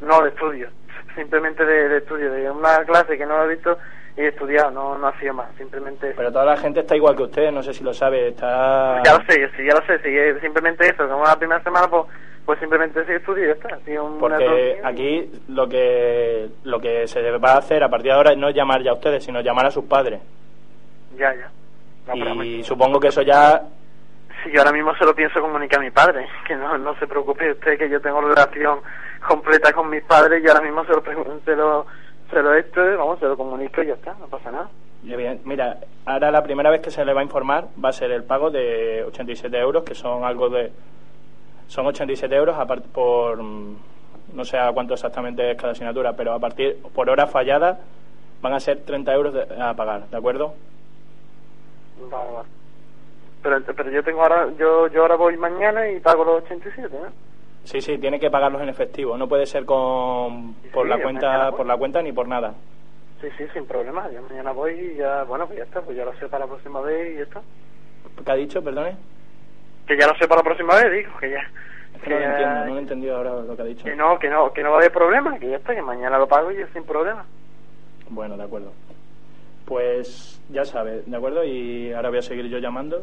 no de estudio, simplemente de, de estudio, de una clase que no he visto y he estudiado, no, no ha sido más, simplemente
Pero toda la gente está igual que usted, no sé si lo sabe, está...
Ya lo sé, yo sí, ya lo sé, sí, eh, simplemente eso, como la primera semana, pues, pues simplemente sí estudio y ya está. ha sido una
Porque
tontería.
aquí lo que, lo que se va a hacer a partir de ahora no es llamar ya a ustedes, sino llamar a sus padres.
Ya, ya. No, pero
y supongo que eso ya...
Sí, yo ahora mismo se lo pienso comunicar a mi padre, que no, no se preocupe usted, que yo tengo relación completa con mis padres y ahora mismo se lo, pregun- se lo, se lo esto, vamos, se lo comunico y ya está, no pasa nada.
Bien, Mira, ahora la primera vez que se le va a informar va a ser el pago de 87 euros, que son algo de... Son 87 euros aparte por... mm, No sé a cuánto exactamente es cada asignatura, pero a partir por hora fallada van a ser 30 euros de- a pagar, ¿de acuerdo?
Vale, vale. Pero, ent- pero yo tengo ahora, yo, yo ahora voy mañana y pago los 87, ¿no?
Sí, sí, tiene que pagarlos en efectivo, no puede ser con por
sí,
la
yo mañana
cuenta
voy.
por la cuenta ni por nada.
Sí, sí, sin problema, yo mañana voy y ya, bueno, pues ya está, pues ya lo sé para la próxima vez y ya está.
¿Qué ha dicho? Perdone.
Que ya lo sé para la próxima vez, digo, que ya.
Es que no lo
que-
entiendo, no lo he entendido ahora lo que ha dicho.
Que no, que no, que no va a haber problema, que ya está, que mañana lo pago y yo sin problema.
Bueno, de acuerdo. Pues ya sabe, ¿de acuerdo? Y ahora voy a seguir yo llamando.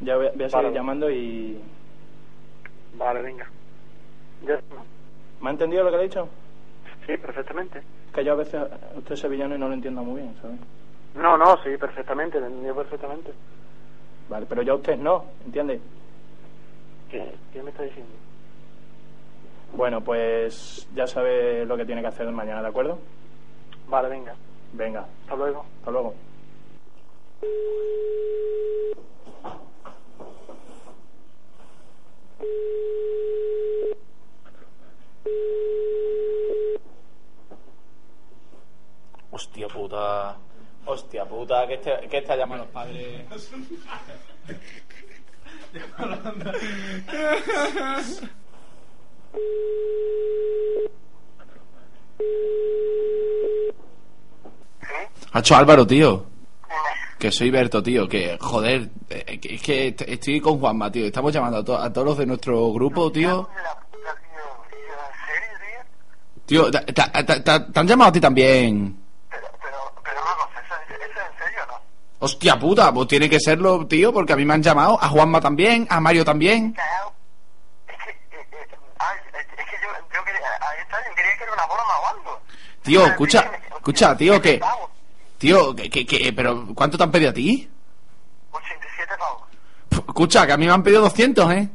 Ya voy, voy a seguir
Vale.
llamando y...
Vale, venga. Ya está, ¿no?
¿Me ha entendido lo que le he dicho?
Sí, perfectamente.
Que yo a veces, usted es sevillano y no lo entiendo muy bien, ¿sabe?
No, no, sí, perfectamente, lo he entendido perfectamente.
Vale, pero ya usted no, ¿entiende?
¿Qué, qué me está diciendo?
Bueno, pues ya sabe lo que tiene que hacer mañana, ¿de acuerdo?
Vale, venga,
Venga,
hasta luego.
hasta luego.
Hostia puta. Hostia puta, ¿qué, este, qué está llamando los padres?
Hacho Álvaro, tío. Que soy Berto, tío. Que, joder, eh, que- es que est- estoy con Juanma, tío. Estamos llamando a, to- a todos los de nuestro grupo, tío. Tío, ta- ta- ta- ta- te han llamado a ti también. Hostia puta, pues tiene que serlo, tío, porque a mí me han llamado, a Juanma también, a Mario también. Tío, escucha, escucha, tío, que... Tío, que, que, que- pero ¿cuánto te han pedido a ti? 87 pavos. Escucha, que a mí me han pedido 200, ¿eh?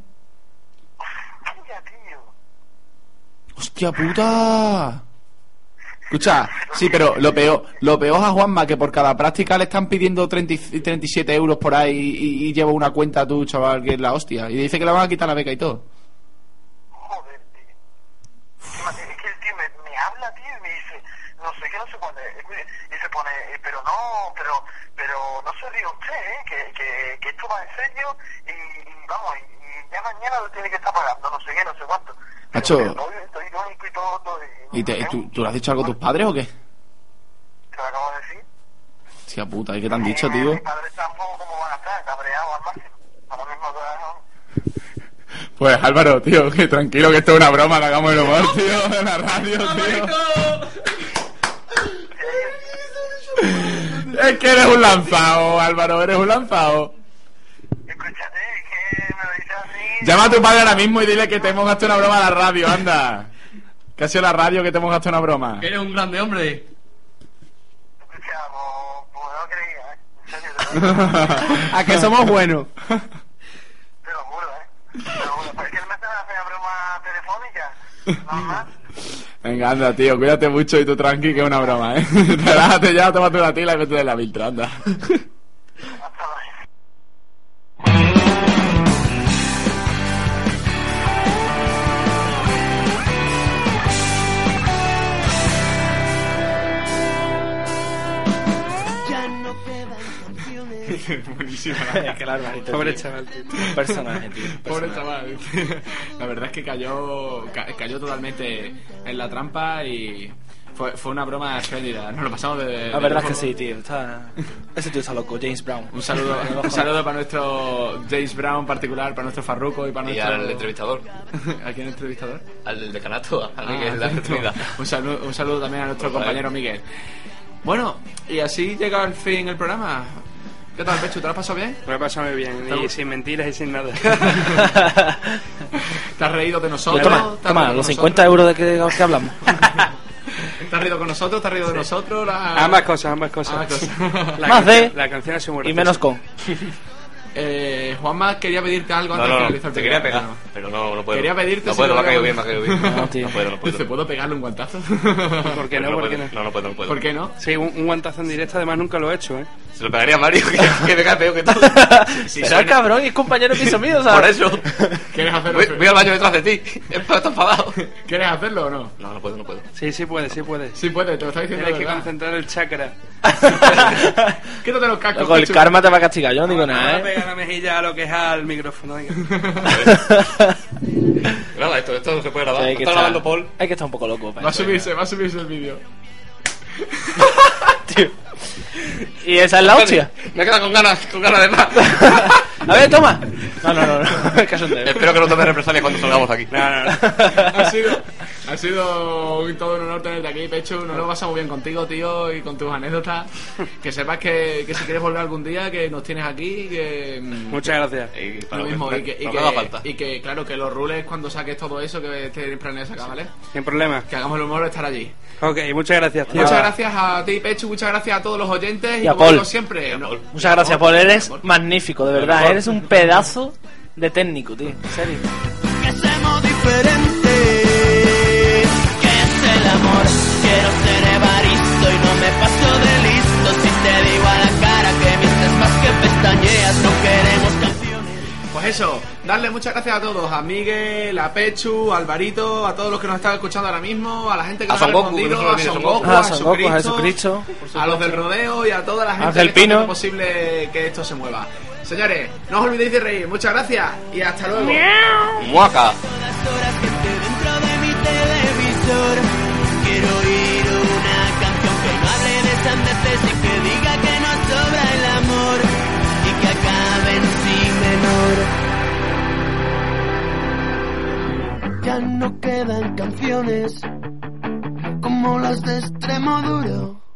Hostia puta. Escucha, sí, pero lo peor, lo peor es a Juanma que por cada práctica le están pidiendo 30 y 37 euros por ahí y, y lleva una cuenta tú, chaval, que es la hostia. Y dice que le van a quitar la beca y todo.
eh, eh,
Macho. ¿Y te, tú, tú le has dicho algo a tus padres o qué? Te lo acabo de decir. Hostia puta, ¿y qué te han dicho, tío? Pues Álvaro, tío, que tranquilo que esto es una broma, la hagamos el humor, tío, en la radio, tío. Es que eres un lanzado, Álvaro, eres un lanzado. Llama a tu padre ahora mismo y dile que te hemos gastado una broma a la radio, anda. Que ha sido la radio que te hemos gastado una broma.
Eres un grande hombre.
A que somos buenos.
¿eh?
Venga, anda, tío, cuídate mucho y tú tranqui, que es una broma, ¿eh? Relájate ya, tómate una tela y vete de la viltra, anda. Buenísima la-
Pobre chaval, tío.
este, Un personaje, tío, un
Pobre
personaje.
chaval.
La verdad es que cayó ca- cayó totalmente en la trampa y fue, fue una broma espléndida. Nos lo pasamos de...
La
de
verdad es que
lujo.
sí, tío. Está... Ese tío está loco, James Brown.
Un saludo, un saludo para nuestro James Brown particular, para nuestro Farruco y para
Y
nuestro...
al
entrevistador. ¿A quién entrevistador? Ah,
Al del decanato, a Miguel, la
perfecto.
retenida.
un, saludo, un saludo también a nuestro
Por favor.
compañero Miguel. Bueno, y así llega al fin el programa. ¿Qué tal, Pecho? ¿Te lo has pasado bien?
Me lo he pasado muy bien, y
Estamos-
sin mentiras y sin nada.
¿Te has reído de nosotros? ¿Te has
Toma,
reído
toma,
de
los
nosotros?
50 euros de que, que hablamos.
¿Te has reído con nosotros? ¿Te has reído de nosotros? La-
Ambas cosas, ambas cosas.
Ambas cosas.
La
Más
canción-
de
La canción es muy
y menos con.
Eh, Juanma quería pedirte algo
No,
antes de
no,
finalizar
no,
el
te quería
programa.
pegar, pero no, no puedo.
Quería pedirte
No
si
puedo, me ha
podíamos-
caído bien, me ha caído bien.
No,
No,
tío.
puedo, no puedo.
Dice, ¿puedo pegarle un guantazo?
¿Por qué no?
No
¿Por
puedo,
qué no?
no, no puedo, no puedo.
¿Por qué
no?
Sí, un, un guantazo en directo además nunca lo he hecho, ¿eh?
Se lo pegaría a Mario, que, que me cae peor que tú.
Sí,
Pero es cabrón y es compañero de piso mío,
Por
¿sabes?
eso.
¿Quieres hacerlo?
Voy, voy al baño detrás de ti. Es para estar enfadado.
¿Quieres hacerlo o no?
No, no puedo, no puedo.
Sí, sí puede, sí puede.
Sí puede, te lo está diciendo de
Tienes que
verdad.
concentrar el chakra.
Quítate los cascos.
Loco, el
Pichu.
karma te va a castigar, yo no digo
Ahora
nada, ¿eh?
pega la mejilla a lo que es al micrófono. venga.
Graba esto, esto no se puede grabar.
Hay
Lo
que
está
estar-
grabando Paul.
Hay que estar un poco loco. para
Va a
eso,
subirse, va a subirse el vídeo.
¿eh? Y esa es la hostia.
Me he quedado con ganas, con ganas de más.
A ver, toma. No, no, no, no. Cachondeo.
Espero que no tomes represalias cuando salgamos de aquí.
No, no, no.
ha sido, ha sido un, todo un honor tenerte aquí, Pecho. Nos lo pasamos bien contigo, tío, y con tus anécdotas. Que sepas que, que si quieres volver algún día, que nos tienes aquí. y Que, mm,
Muchas gracias.
Lo mismo, y que, y que- y que, claro, que los rules cuando saques todo eso que tienes planeado sacar, ¿vale?
Sin problema.
Que hagamos el humor de estar allí.
Ok, muchas gracias, tío.
Muchas gracias a ti, Pecho, muchas gracias a todos los oyentes.
Y a
como
Paul.
digo siempre, no-
Muchas gracias, Paul. Eres magnífico, de verdad.
mejor.
Eres un pedazo de técnico, tío. En serio.
que seamos diferentes. Que es el amor, quiero ser evaristo y no me paso de listo. Si te digo a la cara que mientes más que pestañeas, no queremos
Pues eso, darle muchas gracias a todos, a Miguel, a Pechu, a Alvarito, a todos los que nos están escuchando ahora mismo, a la gente que
A
nos
Son
ha
Goku, que
respondido,
no se lo
a
olvide, Son
Son
Goku.
Goku,
Ah,
a
Son
Jesucristo,
Goku, a Jesucristo.
a los del rodeo y a toda la gente
Ángel
que está haciendo
Pino.
posible que esto se mueva. Señores, no os olvidéis de reír, muchas gracias y hasta luego.
Muaca.
televisor. Quiero oír una canción que no hable de sandeces y que diga que nos sobra el amor y que acabe en sí menor. Ya no quedan canciones como las de extremo duro.